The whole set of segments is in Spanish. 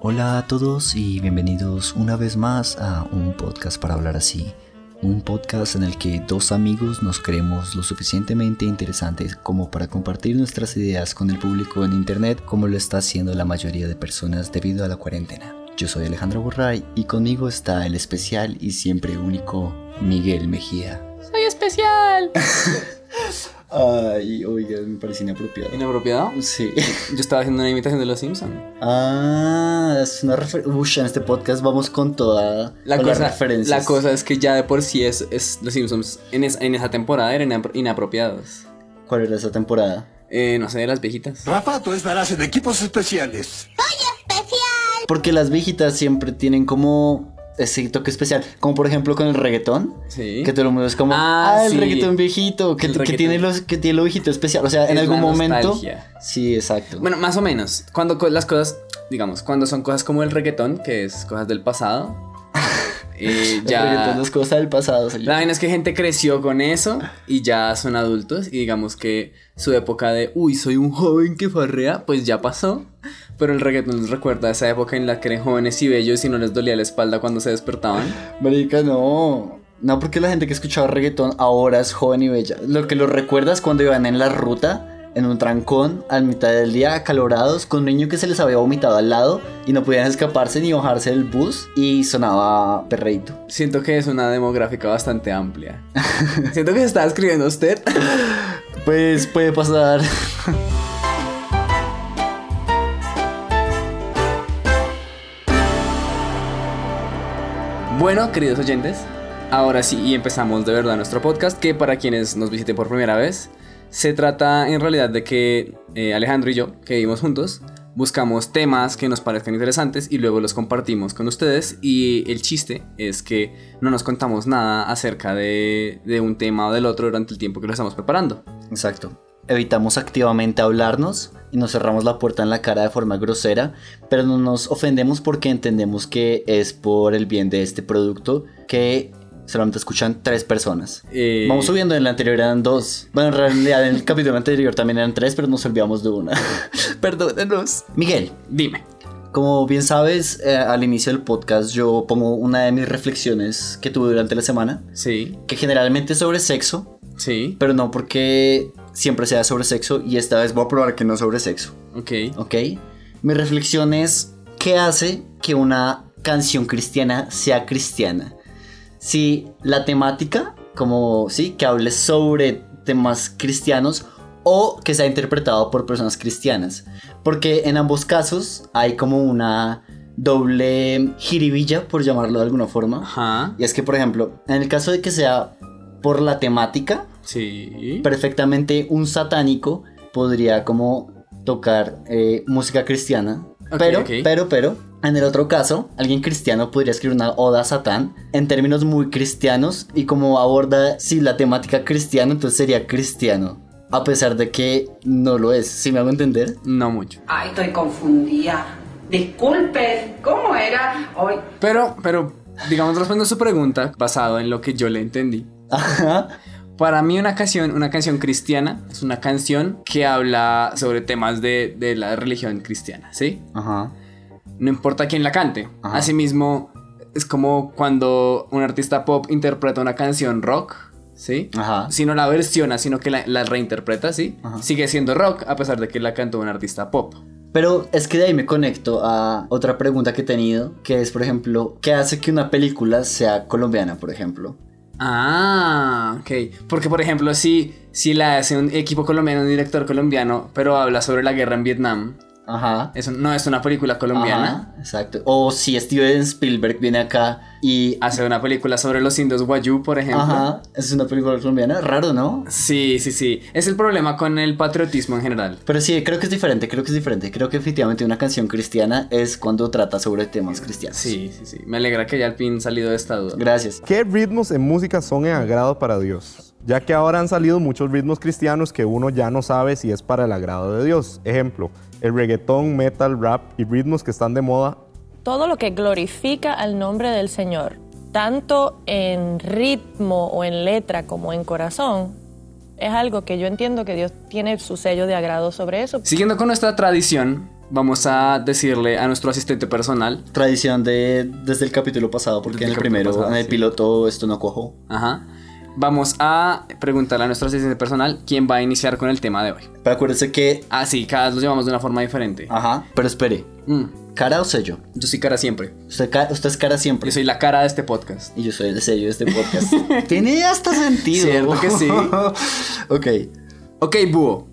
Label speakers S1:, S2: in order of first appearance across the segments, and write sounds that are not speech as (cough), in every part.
S1: Hola a todos y bienvenidos una vez más a un podcast para hablar así. Un podcast en el que dos amigos nos creemos lo suficientemente interesantes como para compartir nuestras ideas con el público en internet como lo está haciendo la mayoría de personas debido a la cuarentena. Yo soy Alejandro Borray y conmigo está el especial y siempre único Miguel Mejía.
S2: ¡Soy especial!
S1: Ay, oiga, me parece inapropiado.
S2: ¿Inapropiado?
S1: Sí.
S2: Yo estaba haciendo una imitación de los Simpsons.
S1: Ah, es una referencia. Uy, en este podcast vamos con toda
S2: La
S1: con las
S2: cosa,
S1: referencias.
S2: la cosa es que ya de por sí es, es los Simpsons en, es- en esa temporada eran inap- inapropiados.
S1: ¿Cuál era esa temporada?
S2: Eh, no sé, de las viejitas.
S3: Rapato estarás en equipos especiales.
S1: Porque las viejitas siempre tienen como ese toque especial. Como por ejemplo con el reggaetón.
S2: Sí.
S1: Que todo el mundo es como,
S2: Ah,
S1: ah, el
S2: sí.
S1: reggaetón viejito, que,
S2: El
S1: que
S2: reggaetón.
S1: tiene los que tiene lo viejito especial, o sea, en
S2: Es
S1: algún
S2: la
S1: momento.
S2: nostalgia.
S1: Sí, exacto.
S2: Bueno, más o menos. Cuando co- las cosas, digamos, cuando son cosas como el reggaetón, que es cosas del
S1: (laughs)
S2: pasado, eh,
S1: El
S2: ya...
S1: reggaetón es cosa del pasado. señor.
S2: La vaina es que gente creció con eso y ya son adultos y digamos que su época de, uy, soy un joven que farrea, pues ya pasó. Pero el reggaetón nos recuerda a esa época en la que eran jóvenes y bellos y no les dolía la espalda cuando se despertaban.
S1: Marica, no. No, porque la gente que escuchaba reggaetón ahora es joven y bella. Lo que lo recuerdas cuando iban en la ruta, en un trancón, a mitad del día, acalorados, con un niño que se les había vomitado al lado y no podían escaparse ni bajarse del bus y sonaba perreito.
S2: Siento que es una demográfica bastante amplia. Siento que se está escribiendo usted.
S1: Pues puede pasar. (laughs)
S2: Bueno, queridos oyentes, ahora sí y empezamos de verdad nuestro podcast que para quienes nos visiten por primera vez, se trata en realidad de que eh, Alejandro y yo, que vivimos juntos, buscamos temas que nos parezcan interesantes y luego los compartimos con ustedes y el chiste es que no nos contamos nada acerca de, de un tema o del otro durante el tiempo que lo estamos preparando.
S1: Exacto. Evitamos activamente hablarnos y nos cerramos la puerta en la cara de forma grosera, pero no nos ofendemos porque entendemos que es por el bien de este producto que solamente escuchan tres personas.
S2: Eh,
S1: Vamos subiendo, en el anterior eran dos. Bueno, en realidad en el capítulo anterior también eran tres, pero nos olvidamos de una.
S2: Perdónenos.
S1: Miguel,
S2: Dime.
S1: como bien sabes, eh, al inicio del podcast yo pongo una de mis reflexiones que tuve durante la semana,
S2: Sí,
S1: que generalmente es sobre sexo,
S2: sí,
S1: pero no porque siempre sea sobre sexo y esta vez voy a probar que no es sobre sexo,
S2: ok.
S1: ¿ok? Mi reflexión es, ¿qué hace que una canción cristiana sea cristiana? Si la temática, como, sí, que hable sobre temas cristianos o que sea interpretado por personas cristianas. Porque en ambos casos hay como una doble jiribilla, por llamarlo de alguna forma.
S2: Ajá,
S1: Y es que, por ejemplo, en el caso de que sea por la temática,
S2: sí.
S1: perfectamente un satánico podría como tocar eh, música cristiana.
S2: Ok,
S1: pero,
S2: ok.
S1: pero, pero, en el otro caso, alguien cristiano podría escribir una oda a Satán en términos muy cristianos y como aborda, si la temática cristiana, entonces sería cristiano. A pesar de que no lo es, si me hago entender. (laughs)
S2: No mucho.
S4: Ay, estoy confundida. Disculpe, ¿cómo era hoy?
S2: Pero, pero, digamos, respondo a su pregunta basado en lo que yo le entendí.
S1: Ajá.
S2: Para mí una canción, una canción cristiana es una canción que habla sobre temas de, de la religión cristiana, ¿sí?
S1: Ajá.
S2: No importa quién la cante.
S1: Ajá.
S2: Asimismo, es como cuando un artista pop interpreta una canción rock, ¿sí?
S1: Ajá.
S2: Si no la versiona, sino que la, la reinterpreta, ¿sí?
S1: Ajá.
S2: Sigue siendo rock a pesar de que la cantó un artista pop.
S1: Pero es que de ahí me conecto a otra pregunta que he tenido, que es, por ejemplo, ¿qué hace que una película sea colombiana, por ejemplo?
S2: Ah, ok. Porque, por ejemplo, si, si la hace un equipo colombiano, un director colombiano, pero habla sobre la guerra en Vietnam,
S1: Ajá.
S2: eso no es una película colombiana.
S1: Ajá, exacto. O si Steven Spielberg viene acá y.
S2: Hace una película sobre los indios Wayuu, por ejemplo.
S1: Ajá, es una película colombiana. Raro, ¿no?
S2: Sí, sí, sí. Es el problema con el patriotismo en general.
S1: Pero sí, creo que es diferente, creo que es diferente. Creo que efectivamente una canción cristiana es cuando trata sobre temas cristianos.
S2: Sí, sí, sí. Me alegra que ya al fin salido de esta duda.
S1: Gracias.
S5: ¿Qué ritmos en música son en agrado para Dios? Ya que ahora han salido muchos ritmos cristianos que uno ya no sabe si es para el agrado de Dios. Ejemplo, el reggaetón, metal, rap y ritmos que están de moda.
S6: (laughs) todo lo que glorifica al nombre del Señor, tanto en ritmo o en letra como en corazón, es algo que yo entiendo que Dios tiene su sello de agrado sobre eso.
S2: Siguiendo con nuestra tradición vamos a decirle a nuestro asistente personal,
S1: Tradición de desde el capítulo pasado, porque
S2: Desde
S1: en
S2: el
S1: el
S2: capítulo
S1: primero,
S2: pasado,
S1: en el
S2: sí.
S1: piloto, esto no cuajó.
S2: ajá, vamos a preguntarle a nuestro asistente personal quién va a iniciar con el tema de hoy.
S1: Pero acuérdense que.
S2: Ah, sí, cada vez lo llevamos de una forma diferente.
S1: Ajá. Pero espere,
S2: Mm,
S1: ¿cara o sello?
S2: yo soy cara siempre.
S1: Usted, ca- usted es cara siempre.
S2: Yo soy la cara de este podcast.
S1: Y yo soy el sello de este podcast.
S2: (laughs)
S1: Tiene hasta sentido.
S2: Cierto que sí.
S1: (laughs) ok.
S2: Ok, búho.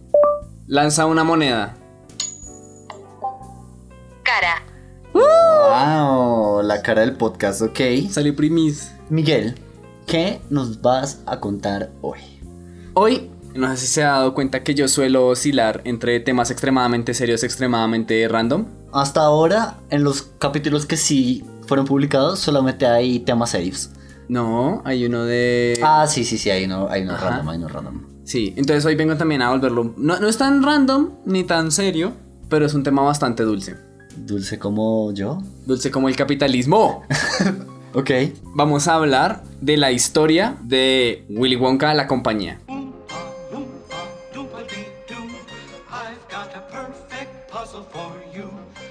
S2: Lanza una moneda.
S7: Cara.
S1: Wow, Ah, la cara del podcast, ok.
S2: Salió primis.
S1: Miguel, ¿qué nos vas a contar hoy?
S2: Hoy, no sé si se ha dado cuenta que yo suelo oscilar entre temas extremadamente serios, extremadamente random.
S1: Hasta ahora, en los capítulos que sí fueron publicados, solamente hay temas serios.
S2: No, hay uno de...
S1: ah, sí, sí, sí, hay no, hay no
S2: Ajá.
S1: random, hay no random.
S2: Sí, entonces hoy vengo también a volverlo... No, no es tan random ni tan serio, pero es un tema bastante dulce.
S1: Dulce como yo.
S2: Dulce como el capitalismo.
S1: Ok.
S2: Vamos a hablar de la historia de Willy Wonka, la compañía.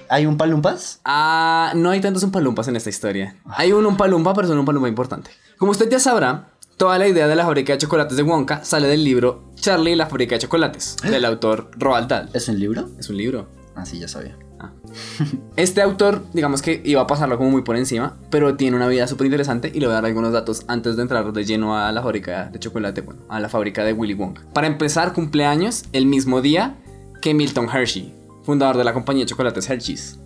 S1: ¿Hay un palumpas?
S2: Ah, no hay tantos umpalumpas en esta historia. Hay un umpalumpa, pero es un umpalumpa importante. Como usted ya sabrá, toda la idea de la fábrica de chocolates de Wonka sale del libro Charlie y la fábrica de chocolates, del autor Roald Dahl.
S1: ¿Es un libro?
S2: Es un libro.
S1: Ah, sí, ya sabía.
S2: Este autor, digamos que iba a pasarlo como muy por encima, pero tiene una vida súper interesante y le voy a dar algunos datos antes de entrar de lleno a la fábrica de chocolate, bueno, a la fábrica de Willy Wonka. Para empezar, cumpleaños el mismo día que Milton Hershey, fundador de la compañía de chocolates Hershey's.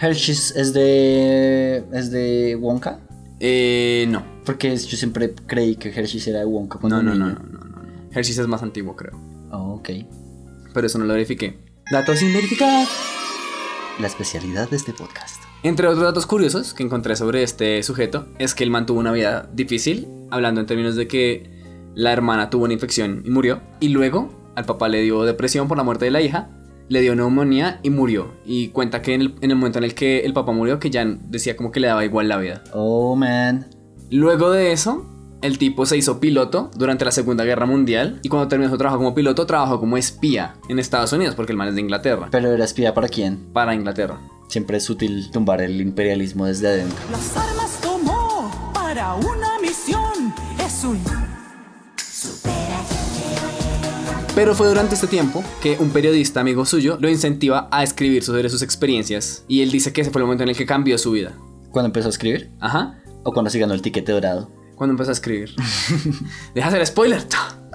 S1: Hershey's es de. es de Wonka.
S2: Eh, no,
S1: Porque yo siempre creí que Hershey's era de Wonka cuando
S2: no, no, no,
S1: niño.
S2: no, no, no, no. Hershey's es más antiguo, creo,
S1: Oh, ok.
S2: pero eso no lo verifiqué. Datos sin verificar.
S1: La especialidad de este podcast.
S2: Entre otros datos curiosos que encontré sobre este sujeto es que él mantuvo una vida difícil, hablando en términos de que la hermana tuvo una infección y murió, y luego al papá le dio depresión por la muerte de la hija, le dio neumonía y murió. Y cuenta que en el, en el momento en el que el papá murió, que ya decía como que le daba igual la vida.
S1: Oh, man.
S2: Luego de eso, el tipo se hizo piloto durante la Segunda Guerra Mundial, y cuando terminó su trabajo como piloto, trabajó como espía en Estados Unidos, porque el man es de Inglaterra,
S1: Pero era espía para quién.
S2: para Inglaterra.
S1: Siempre es útil tumbar el imperialismo desde adentro.
S8: Las armas tomó para una misión. Es un
S2: Pero fue durante este tiempo que un periodista amigo suyo lo incentiva a escribir sobre sus experiencias y él dice que ese fue el momento en el que cambió su vida.
S1: ¿Cuándo empezó a escribir?
S2: Ajá,
S1: ¿O cuando se ganó el tiquete dorado?
S2: cuando empezó a escribir. Deja hacer spoiler.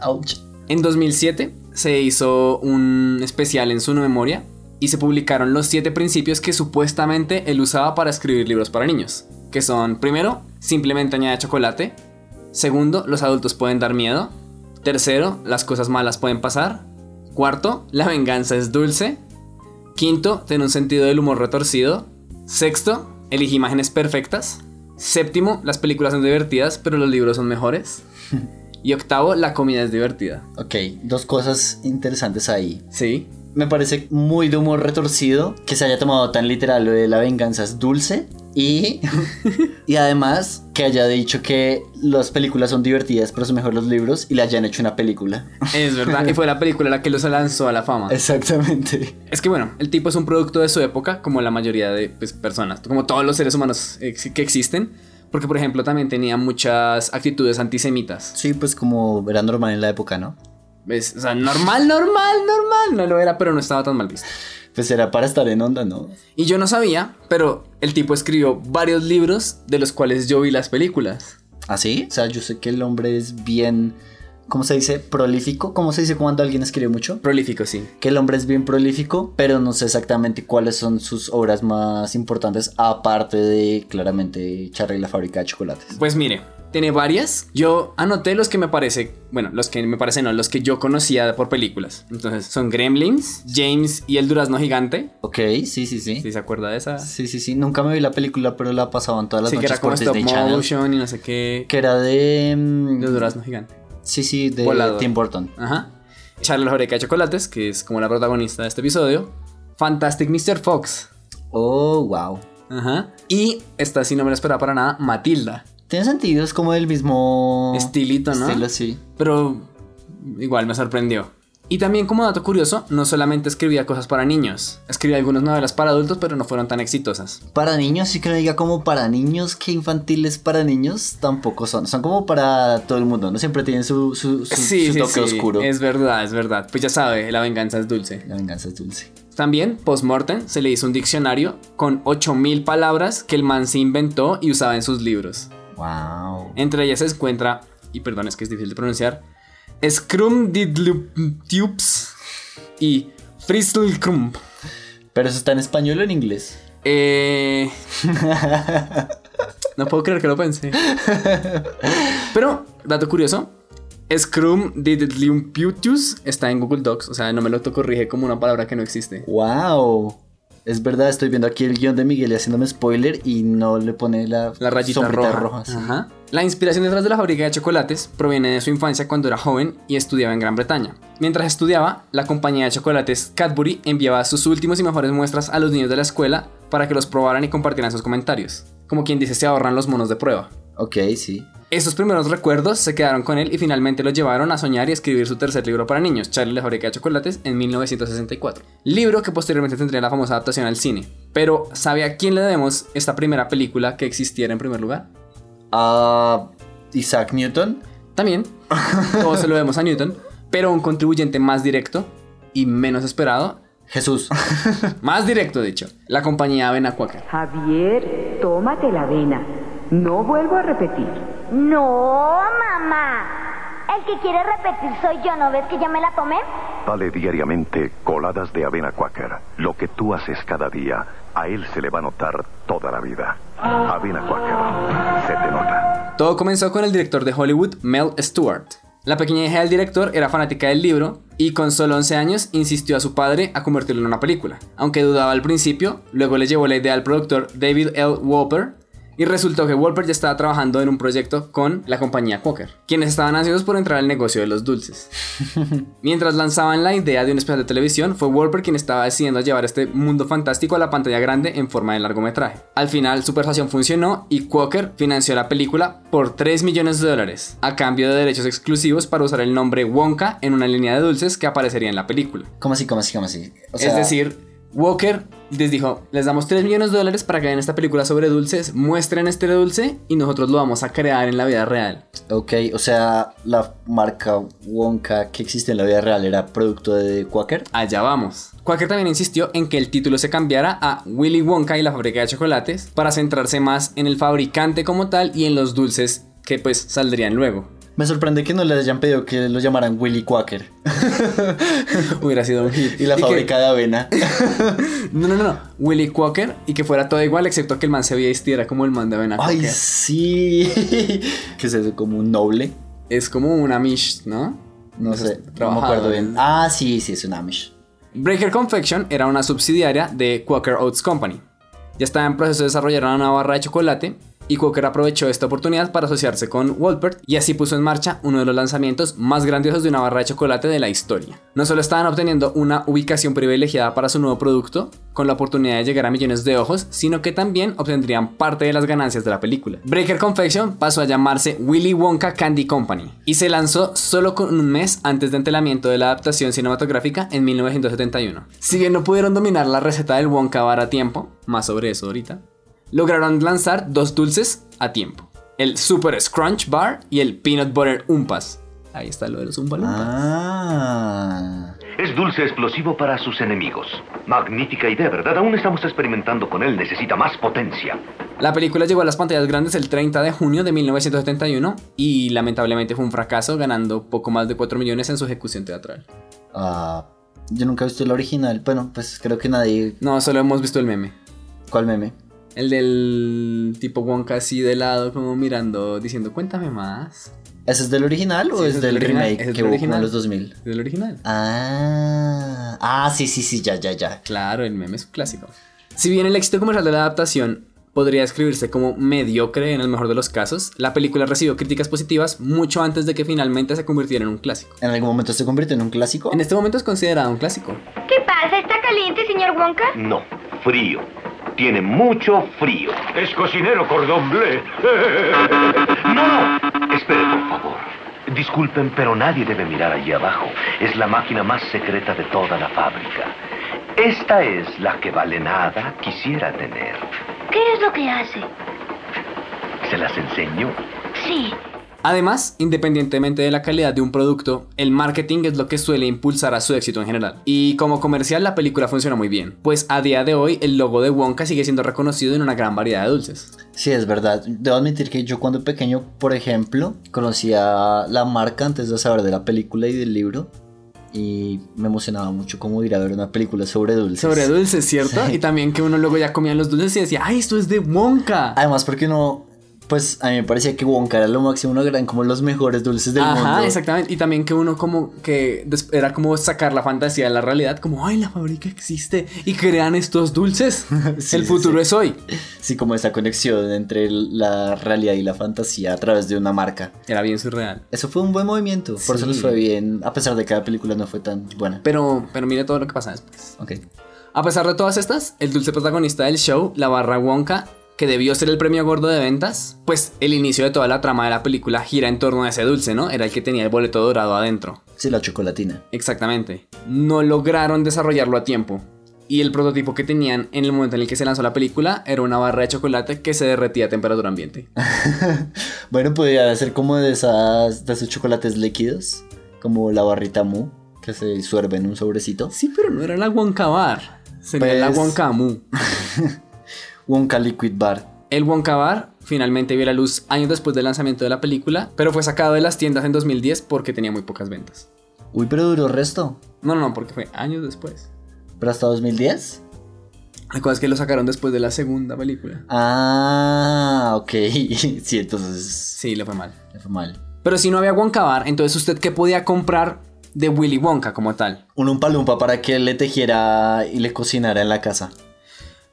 S1: Ouch.
S2: En 2007 se hizo un especial en su memoria y se publicaron los siete principios que supuestamente él usaba para escribir libros para niños, que son primero, simplemente añade chocolate, segundo, los adultos pueden dar miedo, tercero, las cosas malas pueden pasar, cuarto, la venganza es dulce, quinto, ten un sentido del humor retorcido, sexto, elige imágenes perfectas, séptimo, las películas son divertidas pero los libros son mejores, y octavo, la comida es divertida.
S1: Ok, dos cosas interesantes ahí.
S2: Sí.
S1: Me parece muy de humor retorcido que se haya tomado tan literal lo de la venganza es dulce y, (laughs) y además que haya dicho que las películas son divertidas pero son mejor los libros y le hayan hecho una película.
S2: Es verdad, y fue la película la que los lanzó a la fama. Es,
S1: Exactamente.
S2: que bueno, el tipo es un producto de su época, como la mayoría de pues, personas, como todos los seres humanos ex- que existen, porque por ejemplo también tenía muchas actitudes antisemitas.
S1: Sí, pues como era normal en la época, ¿no?
S2: ¿Ves? O sea, normal, normal, normal, no lo era, pero no estaba tan mal visto.
S1: Pues era para estar en onda, ¿no?
S2: Y yo no sabía, pero el tipo escribió varios libros de los cuales yo vi las películas.
S1: ¿Así? O sea, yo sé que el hombre es bien, ¿cómo se dice? Prolífico. ¿Cómo se dice cuando alguien escribe mucho?
S2: Prolífico, sí.
S1: Que el hombre es bien prolífico, pero no sé exactamente cuáles son sus obras más importantes, aparte de claramente Charlie y la fábrica de chocolates.
S2: Pues mire, tiene varias. Yo anoté los que me parece, bueno, los que me parecen no, los que yo conocía por películas. Entonces, son Gremlins, James y el durazno gigante.
S1: Ok, sí, sí, sí.
S2: ¿Sí se acuerda de esa?
S1: Sí,
S2: Sí,
S1: sí, sí. Nunca me vi la película, pero la pasaban todas las
S2: que
S1: noches
S2: era como
S1: por
S2: stop
S1: Disney Channel.
S2: motion y no sé qué.
S1: Que era de. mm,
S2: El durazno gigante.
S1: Sí, sí, de
S2: Volador.
S1: Tim Burton.
S2: Ajá. Charlie la oreja de chocolates, que es como la protagonista de este episodio. Fantastic Mr. Fox.
S1: Oh, wow.
S2: Ajá. Y esta sí no me la esperaba para nada, Matilda.
S1: Tiene sentido, es como del mismo.
S2: Estilito, ¿no?
S1: Estilo, sí.
S2: Pero igual me sorprendió. Y también como dato curioso, no solamente escribía cosas para niños, escribía algunas novelas para adultos, pero no fueron tan exitosas.
S1: Para niños, sí que no diga como para niños, que infantiles para niños tampoco son. Son como para todo el mundo, ¿no? Siempre tienen su, su, su- su toque oscuro.
S2: Es verdad, es verdad. Pues ya sabe, la venganza es dulce.
S1: La venganza es dulce.
S2: También, post-mortem, se le hizo un diccionario con 8000 palabras que el man se inventó y usaba en sus libros.
S1: Wow.
S2: Entre ellas se encuentra, y perdón, es que es difícil de pronunciar, Scrumdiddlyups y Frizzlecrump.
S1: Pero eso está en español o en inglés.
S2: Eh... No puedo creer que lo pensé. Pero, dato curioso, Scrum está en Google Docs, o sea, no me lo corrige como una palabra que no existe.
S1: Wow. Es verdad, estoy viendo aquí el guión de Miguel y haciéndome spoiler y no le pone la,
S2: La rayita
S1: sombrita
S2: roja.
S1: sí.
S2: Ajá. La inspiración detrás de la fábrica de chocolates proviene de su infancia cuando era joven y estudiaba en Gran Bretaña. Mientras estudiaba, la compañía de chocolates Cadbury enviaba sus últimos y mejores muestras a los niños de la escuela para que los probaran y compartieran sus comentarios. Como quien dice, se ahorran los monos de prueba.
S1: Ok, sí.
S2: Esos primeros recuerdos se quedaron con él y finalmente lo llevaron a soñar y escribir su tercer libro para niños, Charlie la fábrica de chocolates, en 1964. Libro que posteriormente tendría la famosa adaptación al cine. Pero, ¿sabe a quién le debemos esta primera película que existiera en primer lugar?
S1: A Ah, Isaac Newton.
S2: También, todo se lo debemos a Newton, pero un contribuyente más directo y menos esperado, (laughs)
S1: Jesús.
S2: más directo de hecho, la compañía Avena Quaker.
S7: Javier, tómate la avena. No vuelvo a repetir.
S9: No, mamá. El que quiere repetir soy yo, ¿no ves que ya me la tomé?
S10: Dale diariamente coladas de avena Quaker. Lo que tú haces cada día, a él se le va a notar toda la vida. Avena Quaker, se te nota.
S2: Todo comenzó con el director de Hollywood, Mel Stewart. La pequeña hija del director era fanática del libro y con solo 11 años insistió a su padre a convertirlo en una película. Aunque dudaba al principio, luego le llevó la idea al productor David L. Wolper y resultó que Wolper ya estaba trabajando en un proyecto con la compañía Quaker, quienes estaban ansiosos por entrar al negocio de los dulces. Mientras lanzaban la idea de un especial de televisión, fue Wolper quien estaba decidiendo llevar este mundo fantástico a la pantalla grande en forma de largometraje. Al final, su persuasión funcionó y Quaker financió la película por 3 millones de dólares, a cambio de derechos exclusivos para usar el nombre Wonka en una línea de dulces que aparecería en la película.
S1: ¿Cómo así, cómo así, cómo así? O
S2: es
S1: sea,
S2: decir, Walker les dijo, les damos 3 millones de dólares para que vean esta película sobre dulces, muestren este dulce y nosotros lo vamos a crear en la vida real.
S1: Ok, o sea, la marca Wonka que existe en la vida real era producto de Quaker.
S2: Allá vamos. Quaker también insistió en que el título se cambiara a Willy Wonka y la fábrica de chocolates para centrarse más en el fabricante como tal y en los dulces que pues saldrían luego. (laughs)
S1: Me sorprende que no les hayan pedido que lo llamaran Willy Quaker
S2: Hubiera sido un hit.
S1: y
S2: (laughs)
S1: la
S2: que-
S1: fábrica de avena.
S2: No, no, no, no. Willy Quaker y que fuera todo igual excepto que el man se vistiera como el man de Avena
S1: Ay,
S2: Quaker.
S1: sí. (laughs) ¿Qué es eso? ¿Como un noble?
S2: Es como una mish, ¿no?
S1: No sé, no me
S2: trabajado,
S1: acuerdo
S2: ¿no?
S1: bien. Ah, sí, sí, es un Amish.
S2: Breaker Confection era una subsidiaria de Quaker Oats Company. Ya estaba en proceso de desarrollar una nueva barra de chocolate y Quaker aprovechó esta oportunidad para asociarse con Wolpert y así puso en marcha uno de los lanzamientos más grandiosos de una barra de chocolate de la historia. No solo estaban obteniendo una ubicación privilegiada para su nuevo producto, con la oportunidad de llegar a millones de ojos, sino que también obtendrían parte de las ganancias de la película. Breaker Confection pasó a llamarse Willy Wonka Candy Company y se lanzó solo con un mes antes de entelamiento de la adaptación cinematográfica en 1971. Si bien no pudieron dominar la receta del Wonka Bar a tiempo, más sobre eso ahorita, lograron lanzar dos dulces a tiempo, el Super Scrunch Bar y el Peanut Butter Umpas. Ahí está lo de los Umpa Lumpas.
S1: Ah.
S10: Es dulce explosivo para sus enemigos. Magnífica idea, ¿verdad? Aún estamos experimentando con él. Necesita más potencia.
S2: La película llegó a las pantallas grandes el 30 de junio de 1971 y lamentablemente fue un fracaso, ganando poco más de 4 millones en su ejecución teatral.
S1: Ah, yo nunca he visto el original. Bueno, pues creo que nadie.
S2: No, solo hemos visto el meme.
S1: ¿Cuál meme?
S2: El del tipo Wonka así de lado, como mirando, diciendo, cuéntame más.
S1: ¿Ese es del original o
S2: Sí,
S1: es,
S2: ese es
S1: del
S2: del original,
S1: remake
S2: ese es
S1: que
S2: del
S1: hubo como
S2: original.
S1: en los 2000?
S2: Del original.
S1: Ah. Ah, sí, sí, sí, ya, ya, ya.
S2: Claro, el meme es un clásico. Si bien el éxito comercial de la adaptación podría describirse como mediocre en el mejor de los casos, la película recibió críticas positivas mucho antes de que finalmente se convirtiera en un clásico.
S1: ¿En algún momento se convierte en un clásico?
S2: En este momento es considerado un clásico.
S9: ¿Qué pasa? ¿Está caliente, señor Wonka?
S10: No, frío. Tiene mucho frío.
S11: (laughs)
S10: Es cocinero cordón bleu. no, no. Espere, por favor.
S11: Disculpen, pero nadie debe mirar allí abajo. Es la máquina más secreta de toda la fábrica. Esta es la que vale nada quisiera tener.
S9: ¿Qué es lo que hace?
S11: ¿Se las enseño?
S9: Sí.
S2: Además, independientemente de la calidad de un producto, el marketing es lo que suele impulsar a su éxito en general. Y como comercial la película funciona muy bien, pues a día de hoy el logo de Wonka sigue siendo reconocido en una gran variedad de dulces.
S1: Sí, es verdad. Debo admitir que yo cuando pequeño, por ejemplo, conocía la marca antes de saber de la película y del libro. Y me emocionaba mucho como ir a ver una película sobre dulces.
S2: Sobre dulces, ¿cierto?
S1: Sí.
S2: Y también que uno luego ya comía los dulces y decía, ¡ay, esto es de Wonka!
S1: Además, porque uno, pues a mí me parecía que Wonka era lo máximo, uno eran como los mejores dulces del
S2: Ajá,
S1: mundo.
S2: exactamente. Y también que uno como que des- era como sacar la fantasía de la realidad, como, ay, la fábrica existe y crean estos dulces.
S1: (laughs) Sí,
S2: el
S1: sí,
S2: futuro
S1: sí.
S2: es hoy.
S1: Sí, como esa conexión entre el- la realidad y la fantasía a través de una marca.
S2: Era bien surreal.
S1: Eso fue un buen movimiento, por eso
S2: Sí.
S1: les fue bien, a pesar de que la película no fue tan buena.
S2: Pero, pero mire todo lo que pasa después.
S1: Ok.
S2: A pesar de todas estas, el dulce protagonista del show, la barra Wonka, que debió ser el premio gordo de ventas, pues el inicio de toda la trama de la película gira en torno a ese dulce, ¿no? Era el que tenía el boleto dorado adentro.
S1: Sí, la chocolatina.
S2: Exactamente. No lograron desarrollarlo a tiempo. Y el prototipo que tenían en el momento en el que se lanzó la película era una barra de chocolate que se derretía a temperatura ambiente.
S1: Bueno, podría ser como de esas de esos chocolates líquidos, como la barrita Mu, que se disuelve en un sobrecito.
S2: Sí, pero no era la Wonka Bar. Sería
S1: Pues-
S2: la Wonka Mu.
S1: Wonka Liquid Bar.
S2: El Wonka Bar finalmente vio la luz años después del lanzamiento de la película, pero fue sacado de las tiendas en 2010 porque tenía muy pocas ventas.
S1: Uy, pero duró resto.
S2: No, no, no, porque fue años después.
S1: ¿Pero hasta 2010?
S2: La cosa es que lo sacaron después de la segunda película.
S1: Ah, ok. (laughs) Sí, entonces
S2: Sí, le fue mal.
S1: le fue mal.
S2: Pero si no había Wonka Bar, entonces usted qué podía comprar de Willy Wonka como tal.
S1: Un umpalumpa para que le tejiera y le cocinara en la casa.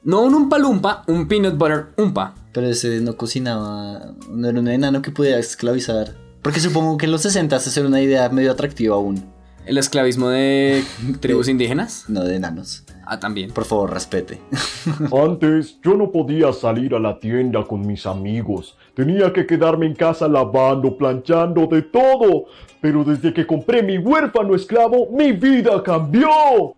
S2: No un Umpa Lumpa, un Peanut Butter Umpa.
S1: Pero ese no cocinaba, no era un enano que pudiera esclavizar. Porque supongo que en los 60 esa era una idea medio atractiva aún.
S2: El esclavismo (laughs) de tribus indígenas.
S1: No de enanos.
S2: Ah, también.
S1: Por favor, respete. (laughs)
S12: Antes yo no podía salir a la tienda con mis amigos. Tenía que quedarme en casa lavando, planchando, de todo. Pero desde que compré mi huérfano esclavo, mi vida cambió.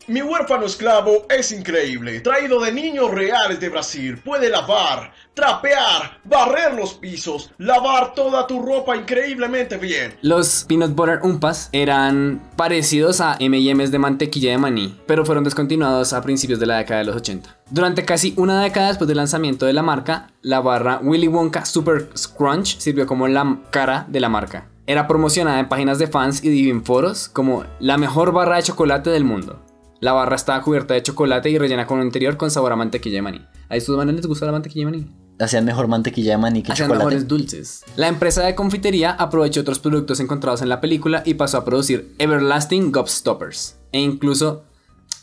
S13: Mi huérfano esclavo es increíble. Traído de niños reales de Brasil, puede lavar, trapear, barrer los pisos, lavar toda tu ropa increíblemente bien.
S2: Los Peanut Butter Umpas eran parecidos a M&M's de mantequilla de maní, pero fueron descontinuados a principios de la década de los 80. Durante casi una década después del lanzamiento de la marca, la barra Willy Wonka Super Crunch sirvió como la cara de la marca. Era promocionada en páginas de fans y divin foros como la mejor barra de chocolate del mundo. La barra estaba cubierta de chocolate y rellena con un interior con sabor a mantequilla de maní. ¿A estos manes les gusta la mantequilla de maní?
S1: Hacían mejor mantequilla de maní que
S2: Hacían
S1: chocolate.
S2: mejores dulces. La empresa de confitería aprovechó otros productos encontrados en la película y pasó a producir Everlasting Gobstoppers e incluso,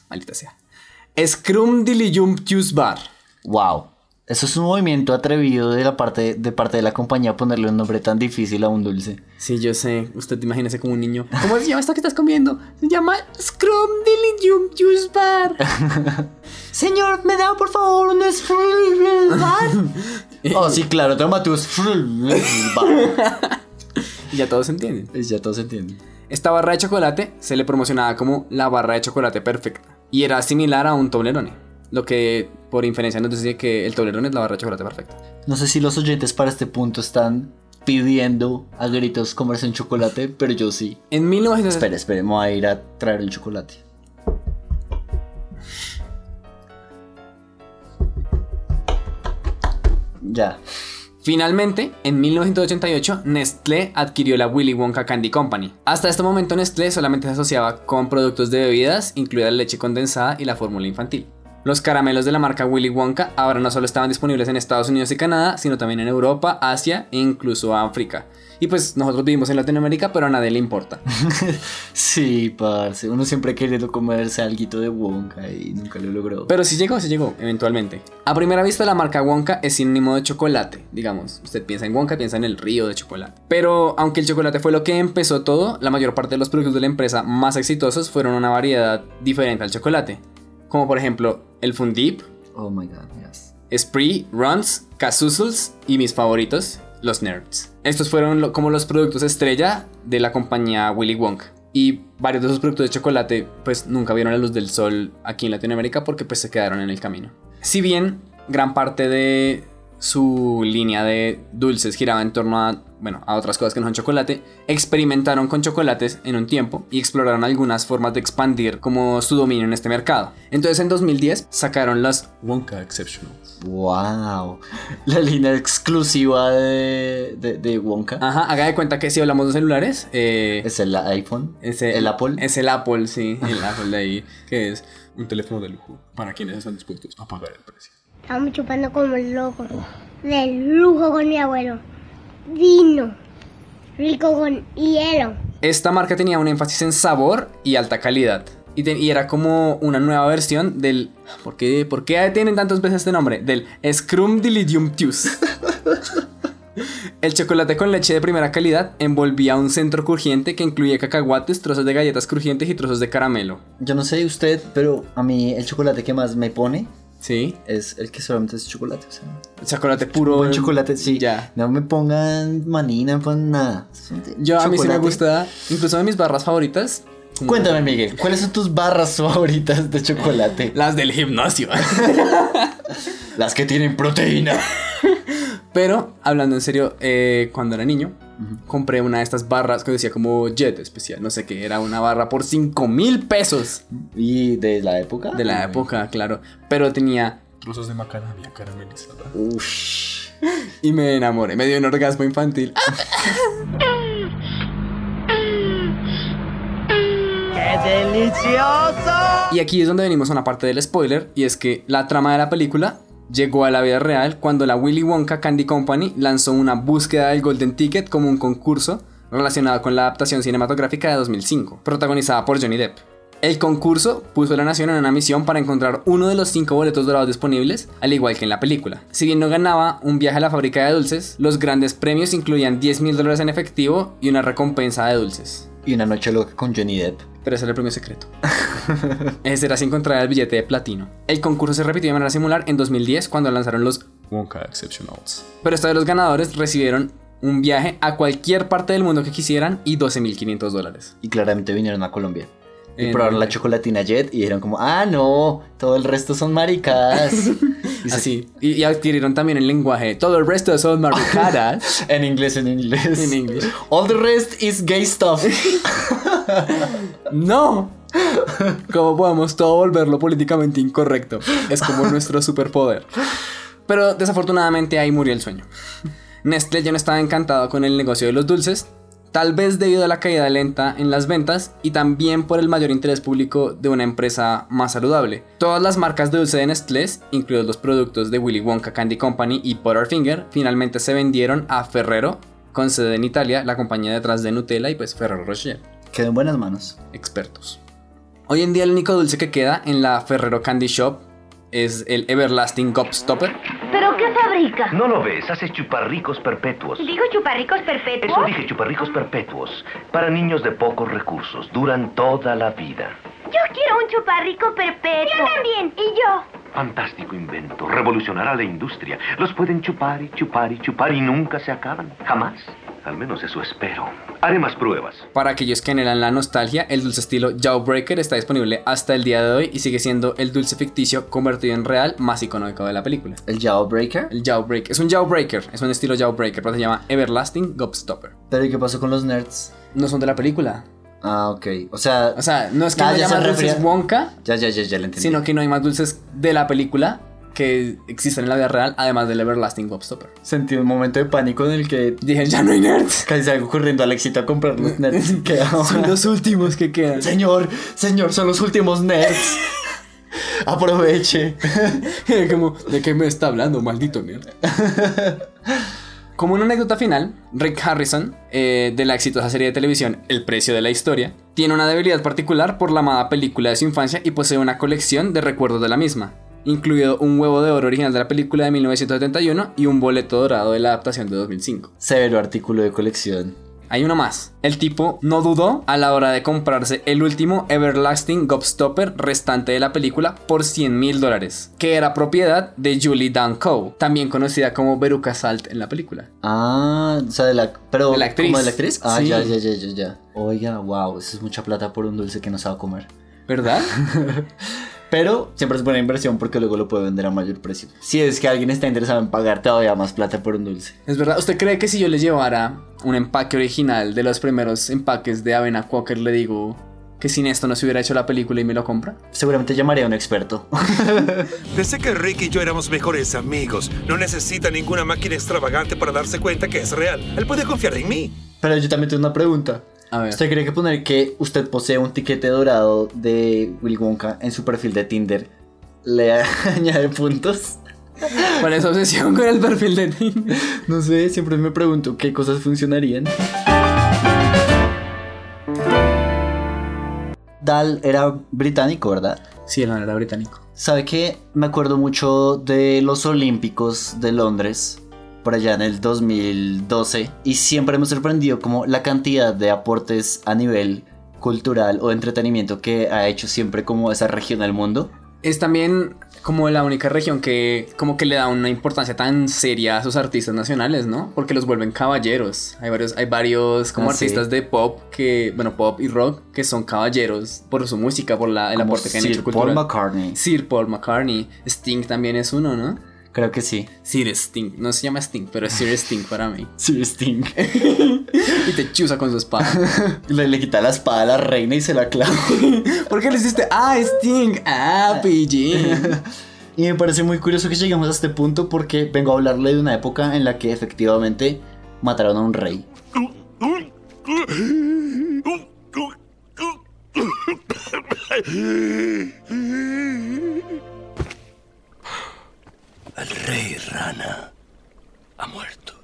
S2: maldita sea, Scrum Juice Bar.
S1: Wow. Eso es un movimiento atrevido de la parte de parte de la compañía ponerle un nombre tan difícil a un dulce.
S2: Sí, yo sé, usted imagínese como un niño. ¿Cómo se llama esto que estás comiendo? Se llama Scrum Juice Bar.
S1: Señor, me da por favor (laughs) un Oh, sí, claro, toma tus (laughs)
S2: Y ya todos entienden.
S1: Ya todos entienden.
S2: Esta barra de chocolate se le promocionaba como la barra de chocolate perfecta y era similar a un Toblerone, lo que por inferencia nos dice que el Toblerone es la barra de chocolate perfecta.
S1: No sé si los oyentes para este punto están pidiendo a gritos comerse un chocolate, pero yo sí.
S2: En 1960
S1: Espera, espera, me voy a ir a traer un chocolate. Ya.
S2: Finalmente, en 1988, Nestlé adquirió la Willy Wonka Candy Company. Hasta este momento Nestlé solamente se asociaba con productos de bebidas, incluida la leche condensada y la fórmula infantil. Los caramelos de la marca Willy Wonka ahora no solo estaban disponibles en Estados Unidos y Canadá, sino también en Europa, Asia e incluso África. Y pues nosotros vivimos en Latinoamérica, pero a nadie le importa.
S1: (laughs) Sí, parce. Uno siempre queriendo comerse alguito de Wonka y nunca lo logró.
S2: Pero si llegó, si llegó, eventualmente. A primera vista, la marca Wonka es sinónimo de chocolate, digamos. Usted piensa en Wonka, piensa en el río de chocolate. Pero aunque el chocolate fue lo que empezó todo, la mayor parte de los productos de la empresa más exitosos fueron una variedad diferente al chocolate. Como por ejemplo, el Fundip,
S1: Oh my god, yes.
S2: Spree, Runs, Casuzzles y mis favoritos, los Nerds. Estos fueron lo- como los productos estrella de la compañía Willy Wonka. Y varios de esos productos de chocolate pues nunca vieron la luz del sol aquí en Latinoamérica porque pues se quedaron en el camino. Si bien gran parte de su línea de dulces giraba en torno a, bueno, a otras cosas que no son chocolate, experimentaron con chocolates en un tiempo y exploraron algunas formas de expandir como su dominio en este mercado. Entonces en 2010 sacaron las Wonka Exceptionals.
S1: ¡Wow! La línea exclusiva de, de, de Wonka.
S2: Ajá, haga de cuenta que si hablamos de celulares, eh,
S1: Es el iPhone.
S2: es
S1: ¿El Apple?
S2: Es el
S1: (laughs)
S2: Apple, sí, el Apple de ahí, que es un teléfono de lujo para quienes están dispuestos a pagar el precio.
S9: Estamos chupando como locos. De lujo con mi abuelo. Vino. Rico con hielo.
S2: Esta marca tenía un énfasis en sabor y alta calidad. Y, te- y era como una nueva versión del... ¿Por qué, por qué tienen tantas veces este nombre? Del Scrum Dilidium
S1: (laughs)
S2: Tus. El chocolate con leche de primera calidad envolvía un centro crujiente que incluía cacahuates, trozos de galletas crujientes y trozos de caramelo.
S1: Yo no sé usted, pero a mí el chocolate que más me pone
S2: ¿Sí?
S1: es el que solamente es chocolate. O sea,
S2: Chocolate puro.
S1: buen chocolate, sí.
S2: Ya.
S1: No me pongan maní, no me pongan nada.
S2: Yo a mí sí me
S1: Chocolate.
S2: gusta, incluso de mis barras favoritas. como
S1: Cuéntame, Miguel, ¿cuáles son tus barras favoritas de chocolate?
S2: Las del gimnasio. (laughs)
S1: Las que tienen proteína.
S2: Pero, hablando en serio, eh, cuando era niño, compré una de estas barras que decía como Jet especial. No sé qué, era una barra por 5 mil pesos
S1: ¿Y de la época?
S2: de la época, claro. Pero tenía.
S14: Trozos de macadamia caramelizada.
S1: Ush.
S2: Y me enamoré, me dio un orgasmo infantil.
S8: ¡Qué delicioso!
S2: Y aquí es donde venimos a una parte del spoiler, y es que la trama de la película llegó a la vida real cuando la Willy Wonka Candy Company lanzó una búsqueda del Golden Ticket como un concurso relacionado con la adaptación cinematográfica de 2005, protagonizada por Johnny Depp. El concurso puso a la nación en una misión para encontrar uno de los cinco boletos dorados disponibles, al igual que en la película. Si bien no ganaba un viaje a la fábrica de dulces, los grandes premios incluían 10 mil dólares en efectivo y una recompensa de dulces.
S1: Y una noche loca con Johnny Depp.
S2: Pero ese era el premio secreto. (laughs) Ese era sin encontrar el billete de platino. El concurso se repitió de manera similar en 2010 cuando lanzaron los
S14: Wonka Exceptionals.
S2: pero esta vez los ganadores recibieron un viaje a cualquier parte del mundo que quisieran y 12.500 dólares.
S1: Y claramente vinieron a Colombia. Y
S2: En-
S1: probaron la chocolatina Jet y dijeron como, ah, no, todo el resto son
S2: (laughs)
S1: maricadas.
S2: Así. Y, y adquirieron también el lenguaje. Todo el resto
S1: (laughs)
S2: son maricadas.
S1: en inglés, en inglés.
S2: en inglés.
S1: All the rest is gay stuff. (laughs)
S2: ¡No! Como podemos todo volverlo políticamente incorrecto. Es como nuestro superpoder. Pero desafortunadamente ahí murió el sueño. Nestlé ya no estaba encantado con el negocio de los dulces, tal vez debido a la caída lenta en las ventas y también por el mayor interés público de una empresa más saludable. Todas las marcas de dulce de Nestlé, incluidos los productos de Willy Wonka Candy Company y Butterfinger, finalmente se vendieron a Ferrero, con sede en Italia, la compañía detrás de Nutella y pues Ferrero Rocher
S1: Quedó en buenas manos.
S2: expertos. Hoy en día el único dulce que queda en la Ferrero Candy Shop es el Everlasting Gobstopper.
S9: ¿Pero qué fabrica?
S11: ¿No lo ves? Hace chuparricos perpetuos.
S9: Digo chuparricos perpetuos.
S11: Eso dije, chuparricos perpetuos. Para niños de pocos recursos. Duran toda la vida.
S9: Yo quiero un chuparrico perpetuo. Yo también. Y yo.
S11: Fantástico invento. Revolucionará la industria. Los pueden chupar y chupar y chupar y nunca se acaban. Jamás. Al menos eso espero. Haré más pruebas.
S2: Para aquellos que anhelan la nostalgia, el dulce estilo Jawbreaker está disponible hasta el día de hoy y sigue siendo el dulce ficticio convertido en real más icónico de la película.
S1: El Jawbreaker.
S2: El Jawbreaker es un Jawbreaker, es un estilo Jawbreaker, pero se llama Everlasting Gobstopper.
S1: Pero ¿y qué pasó con los nerds?
S2: No son de la película.
S1: Ah, ok. O sea,
S2: O sea, no es que
S1: Ah,
S2: no
S1: ya se
S2: llaman dulces
S1: refería-
S2: Wonka,
S1: ya, ya, ya, ya lo entendí.
S2: sino que no hay más dulces de la película que existen en la vida real, además del Everlasting Gobstopper.
S1: Sentí un momento de pánico en el que
S2: Dije, ya no hay nerds.
S1: casi salgo corriendo al éxito a comprar los nerds.
S2: (laughs)
S1: que quedaban.
S2: Son los últimos que quedan.
S1: Señor, señor, son los últimos (laughs) nerds. Aproveche.
S2: (laughs) Como, ¿de qué me está hablando, maldito mierda? (laughs) Como una anécdota final, Rick Harrison, eh, de la exitosa serie de televisión El precio de la historia, tiene una debilidad particular por la amada película de su infancia y posee una colección de recuerdos de la misma, incluido un huevo de oro original de la película de 1971 y un boleto dorado de la adaptación de 2005.
S1: Severo artículo de colección.
S2: Hay uno más. El tipo no dudó a la hora de comprarse el último Everlasting Gobstopper restante de la película por 100 mil dólares, que era propiedad de Julie Danko, también conocida como Veruca Salt en la película.
S1: Ah, o sea, de la, pero,
S2: De la actriz.
S1: ¿como de la actriz? Ah,
S2: Sí.
S1: ya, ya, ya, ya, ya. Oiga, wow, eso es mucha plata por un dulce que no sabe (laughs) comer.
S2: (laughs) ¿Verdad?
S1: Pero siempre es buena inversión porque luego lo puede vender a mayor precio. Si es que alguien está interesado en pagar todavía más plata por un dulce.
S2: Es verdad, ¿usted cree que si yo le llevara un empaque original de los primeros empaques de Avena Quaker le digo que sin esto no se hubiera hecho la película y me lo compra?
S1: Seguramente llamaría a un experto.
S15: Pensé que Rick y yo éramos mejores amigos. No necesita ninguna máquina extravagante para darse cuenta que es real. Él puede confiar en mí.
S1: Pero yo también tengo una pregunta.
S2: A ver.
S1: ¿Usted cree que poner que usted posee un tiquete dorado de Willy Wonka en su perfil de Tinder le (laughs) añade puntos?
S2: ¿Cuál es su obsesión con el perfil de Tinder?
S1: No sé, siempre me pregunto qué cosas funcionarían. Dal era británico, ¿verdad?
S2: Sí, el man era británico.
S1: ¿Sabe qué? Me acuerdo mucho de los Olímpicos de Londres, por allá en el 2012, y siempre me sorprendió como la cantidad de aportes a nivel cultural o entretenimiento que ha hecho siempre como esa región del mundo.
S2: Es también como la única región que como que le da una importancia tan seria a sus artistas nacionales, ¿no? Porque los vuelven caballeros. Hay varios, hay varios como
S1: Ah, sí.
S2: artistas de pop que, bueno, pop y rock que son caballeros por su música, por la, el
S1: Como
S2: aporte que han
S1: Sir
S2: hecho
S1: Paul
S2: cultural.
S1: McCartney.
S2: Sir Paul McCartney. Sting también es uno, ¿no?
S1: Creo que sí.
S2: Sir Sting. No se llama Sting, pero es (laughs) Sir Sting para mí.
S1: Sir Sting.
S2: Y te chusa con su espada.
S1: (laughs)
S2: (laughs)
S1: Le, le quita la espada a la reina y se la clava.
S2: ¿Por qué le hiciste? Ah, Sting. Ah, PG.
S1: Y me parece muy curioso que lleguemos a este punto porque vengo a hablarle de una época en la que efectivamente mataron a un rey.
S11: El rey rana ha muerto.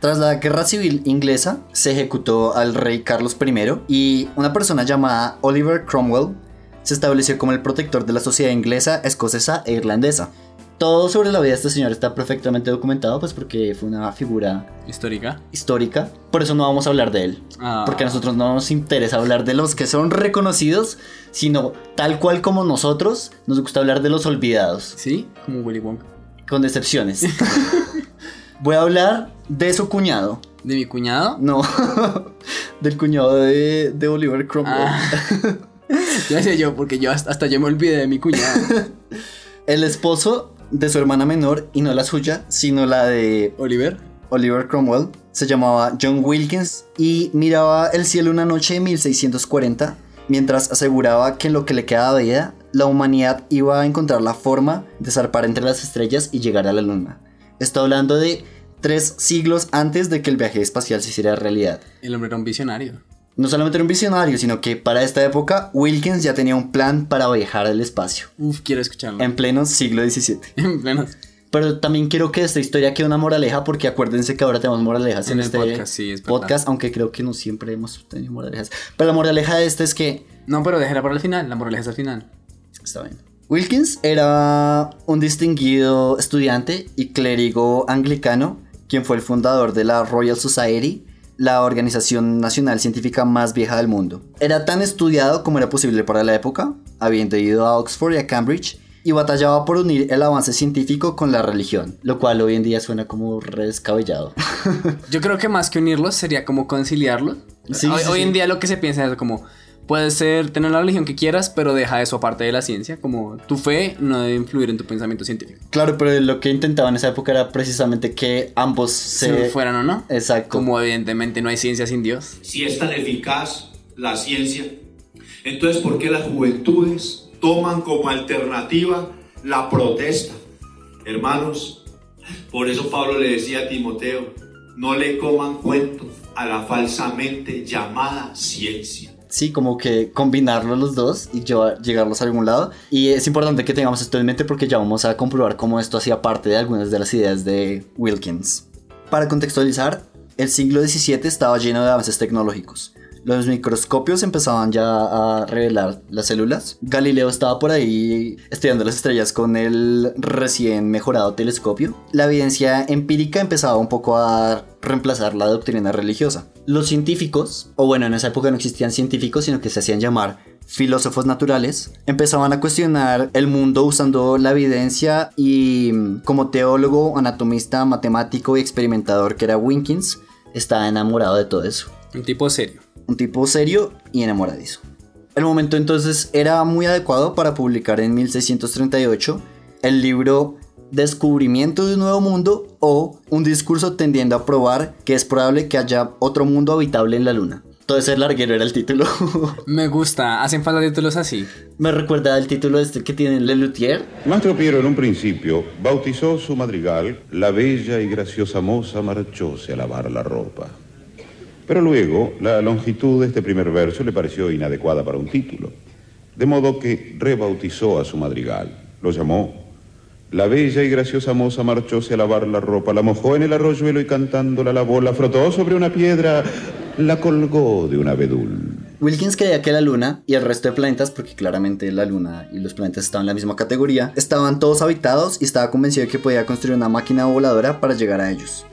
S1: Tras la guerra civil inglesa, se ejecutó al rey Carlos I y una persona llamada Oliver Cromwell se estableció como el protector de la sociedad inglesa, escocesa e irlandesa. Todo sobre la vida de este señor está perfectamente documentado, pues porque fue una figura
S2: (laughs) Histórica.
S1: histórica. Por eso no vamos a hablar de él.
S2: Ah.
S1: Porque a nosotros no nos interesa hablar de los que son reconocidos, sino tal cual como nosotros, nos gusta hablar de los olvidados
S2: Sí, como Willy Wonka.
S1: con excepciones. Voy a hablar de su cuñado.
S2: ¿De mi cuñado?
S1: No, (laughs) del cuñado de, de Oliver Cromwell.
S2: Ya sé yo, porque yo hasta, hasta yo me olvidé de mi
S1: (laughs)
S2: cuñado.
S1: El esposo de su hermana menor, y no la suya, sino la de
S2: Oliver.
S1: Oliver Cromwell, se llamaba John Wilkins y miraba el cielo una noche de 1640, mientras aseguraba que en lo que le quedaba de vida, la humanidad iba a encontrar la forma de zarpar entre las estrellas y llegar a la luna. Está hablando de tres siglos antes de que el viaje espacial se hiciera realidad.
S2: El hombre era un visionario.
S1: No solamente era un visionario, sino que para esta época Wilkins ya tenía un plan para viajar al espacio,
S2: Uf, quiero escucharlo. (laughs) Em,
S1: en pleno siglo XVII.
S2: En pleno-
S1: Pero también quiero que de esta historia quede una moraleja, porque acuérdense que ahora tenemos moralejas en,
S2: En el
S1: este
S2: podcast, sí, es verdad.
S1: podcast, aunque creo que no siempre hemos tenido moralejas. Pero la moraleja de este es que,
S2: No, pero déjala para el final. La moraleja es al final.
S1: está bien. Wilkins era un distinguido estudiante y clérigo anglicano, quien fue el fundador de la Royal Society, la organización nacional científica más vieja del mundo. Era tan estudiado como era posible para la época, habiendo ido a Oxford y a Cambridge, y batallaba por unir el avance científico con la religión, lo cual hoy en día suena como re descabellado.
S2: Yo creo que más que unirlos sería como conciliarlos.
S1: Sí,
S2: hoy,
S1: sí,
S2: hoy en
S1: sí.
S2: día lo que se piensa es como puedes ser tener la religión que quieras, pero deja eso aparte de la ciencia, como tu fe no debe influir en tu pensamiento científico.
S1: Claro, pero lo que intentaba en esa época era precisamente que ambos se...
S2: Se fueran o no.
S1: Exacto.
S2: Como evidentemente no hay ciencia sin Dios.
S16: si es tan eficaz la ciencia, entonces ¿por qué las juventudes toman como alternativa la protesta? Hermanos, por eso Pablo le decía a Timoteo, no le coman cuento a la falsamente llamada ciencia.
S1: Sí, como que combinarlos los dos y llevar- llegarlos a algún lado. Y es importante que tengamos esto en mente porque ya vamos a comprobar cómo esto hacía parte de algunas de las ideas de Wilkins. Para contextualizar, el siglo XVII estaba lleno de avances tecnológicos. Los microscopios empezaban ya a revelar las células. Galileo estaba por ahí estudiando las estrellas con el recién mejorado telescopio. La evidencia empírica empezaba un poco a reemplazar la doctrina religiosa. Los científicos, o bueno, en esa época no existían científicos, sino que se hacían llamar filósofos naturales, empezaban a cuestionar el mundo usando la evidencia y mm, como teólogo, anatomista, matemático y experimentador que era Winkins, estaba enamorado de todo eso.
S2: Un tipo serio.
S1: Un tipo serio y enamoradizo. El momento entonces era muy adecuado para publicar en 1638 el libro Descubrimiento de un nuevo mundo o un discurso tendiendo a probar que es probable que haya otro mundo habitable en la luna. Todo ese larguero era el título. (laughs)
S2: Me gusta, hacen falta títulos así.
S1: Me recuerda el título este que tiene Lelutier.
S17: Mastro Piero en un principio bautizó su madrigal La bella y graciosa moza marchóse a lavar la ropa. Pero luego la longitud de este primer verso le pareció inadecuada para un título, de modo que rebautizó a su madrigal. Lo llamó la bella y graciosa moza marchóse a lavar la ropa, la mojó en el arroyuelo y cantando la lavó, la frotó sobre una piedra, la colgó de un abedul.
S1: Wilkins creía que la Luna y el resto de planetas, porque claramente la Luna y los planetas estaban en la misma categoría, estaban todos habitados y estaba convencido de que podía construir una máquina voladora para llegar a ellos.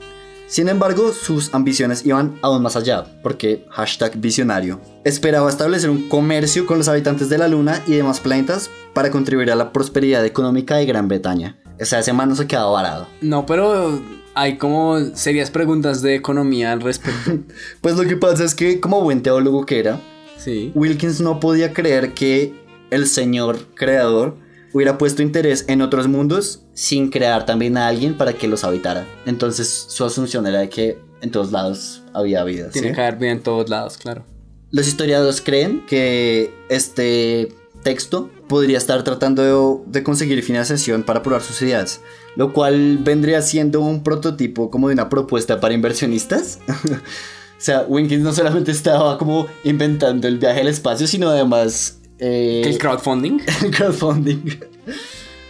S1: Sin embargo, sus ambiciones iban aún más allá, porque hashtag visionario. Esperaba establecer un comercio con los habitantes de la Luna y demás planetas para contribuir a la prosperidad económica de Gran Bretaña. O sea, ese man no se quedaba varado.
S2: No, pero hay como serias preguntas de economía al respecto.
S1: pues lo que pasa es que, como buen teólogo que era,
S2: (laughs) sí.
S1: Wilkins no podía creer que el señor creador hubiera puesto interés en otros mundos sin crear también a alguien para que los habitara. Entonces su asunción era de que en todos lados había vida.
S2: Tiene
S1: ¿sí?
S2: que haber vida en todos lados, claro.
S1: Los historiadores creen que este texto podría estar tratando de, de conseguir financiación para probar sus ideas, lo cual vendría siendo un prototipo como de una propuesta para inversionistas. (laughs) o sea, Winkins no solamente estaba como inventando el viaje al espacio, sino además eh,
S2: el crowdfunding. (laughs)
S1: El crowdfunding.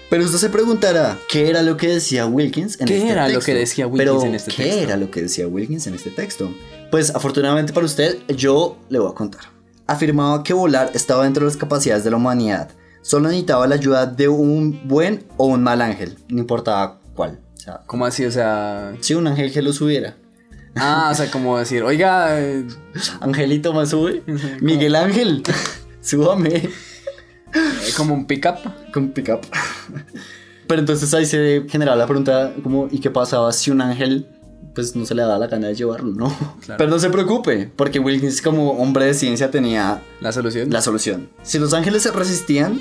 S1: Pero usted se preguntará, ¿qué era lo que decía Wilkins en
S2: ¿Qué
S1: este
S2: era
S1: texto?
S2: lo que decía Wilkins
S1: Pero,
S2: en este
S1: ¿qué
S2: texto?
S1: era lo que decía Wilkins en este texto? Pues afortunadamente para usted, yo le voy a contar. Afirmaba que volar estaba dentro de las capacidades de la humanidad. Solo necesitaba la ayuda de un buen o un mal ángel, no importaba cuál. O sea,
S2: ¿Cómo así? O sea.
S1: si un ángel que lo subiera.
S2: Ah, o sea, como decir, oiga, eh,
S1: Angelito me sube. Miguel Ángel, (laughs) súbame.
S2: como un pickup.
S1: con pickup. Pero entonces ahí se generaba la pregunta como ¿y qué pasaba si un ángel pues no se le daba la gana de llevarlo, no?
S2: Claro.
S1: Pero no se preocupe, porque Wilkins como hombre de ciencia tenía
S2: La solución.
S1: la solución. Si los ángeles se resistían,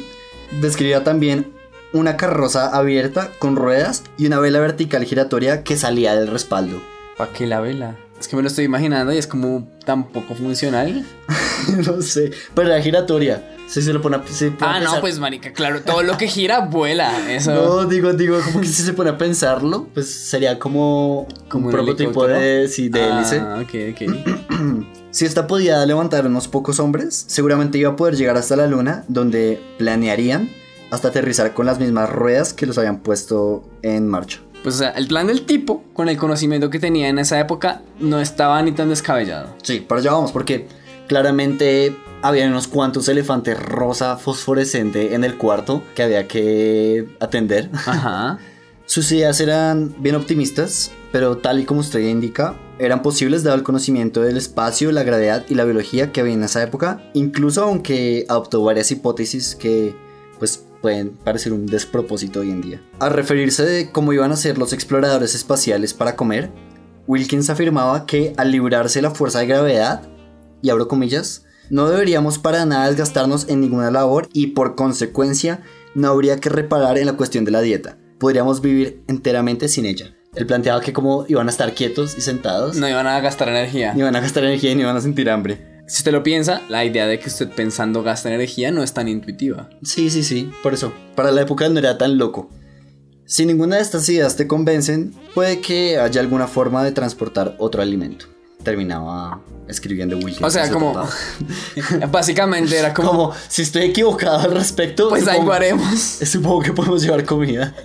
S1: describía también una carroza abierta con ruedas y una vela vertical giratoria que salía del respaldo. (laughs)
S2: ¿Para qué la vela? Es que me lo estoy imaginando y es como tan poco funcional.
S1: no sé, pero era giratoria. Si se lo pone a, se pone a
S2: Ah, no,
S1: pensar-
S2: pues marica, claro, todo lo que gira vuela. Eso.
S1: No, digo, digo, como que si se pone a pensarlo, pues sería como,
S2: Como
S1: un
S2: un
S1: prototipo
S2: helicóptero.
S1: de, sí, de hélice.
S2: Ah, ok, ok.
S1: Si esta podía levantar unos pocos hombres, seguramente iba a poder llegar hasta la luna, donde planearían hasta aterrizar con las mismas ruedas que los habían puesto en marcha.
S2: Pues o sea, el plan del tipo, con el conocimiento que tenía en esa época, no estaba ni tan descabellado.
S1: Sí, para allá vamos, porque claramente había unos cuantos elefantes rosa fosforescente en el cuarto que había que atender.
S2: Ajá.
S1: Sus ideas eran bien optimistas, pero tal y como usted ya indica, eran posibles dado el conocimiento del espacio, la gravedad y la biología que había en esa época, incluso aunque adoptó varias hipótesis que pues pueden parecer un despropósito hoy en día. Al referirse de cómo iban a ser los exploradores espaciales para comer, Wilkins afirmaba que al librarse de la fuerza de gravedad, y abro comillas, no deberíamos para nada desgastarnos en ninguna labor y por consecuencia no habría que reparar en la cuestión de la dieta. Podríamos vivir enteramente sin ella. Él planteaba que como iban a estar quietos y sentados,
S2: No iban a gastar energía.
S1: ni iban a gastar energía y ni iban a sentir hambre.
S2: Si usted lo piensa, la idea de que usted pensando gasta energía no es tan intuitiva. (laughs)
S1: Sí, sí, sí, por eso. Para la época no era tan loco. Si ninguna de estas ideas te convencen, puede que haya alguna forma de transportar otro alimento. terminaba escribiendo Wilkins.
S2: O sea,
S1: Eso
S2: como.
S1: trataba.
S2: básicamente era (laughs) como.
S1: si estoy equivocado al respecto.
S2: Pues algo haremos.
S1: (laughs)
S2: (laughs)
S1: Supongo que podemos llevar comida.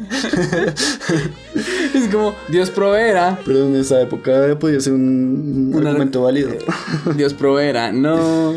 S2: Es como, Dios proveerá.
S1: Pero en esa época podía ser un,
S2: Una-
S1: argumento válido.
S2: Dios proveerá. No.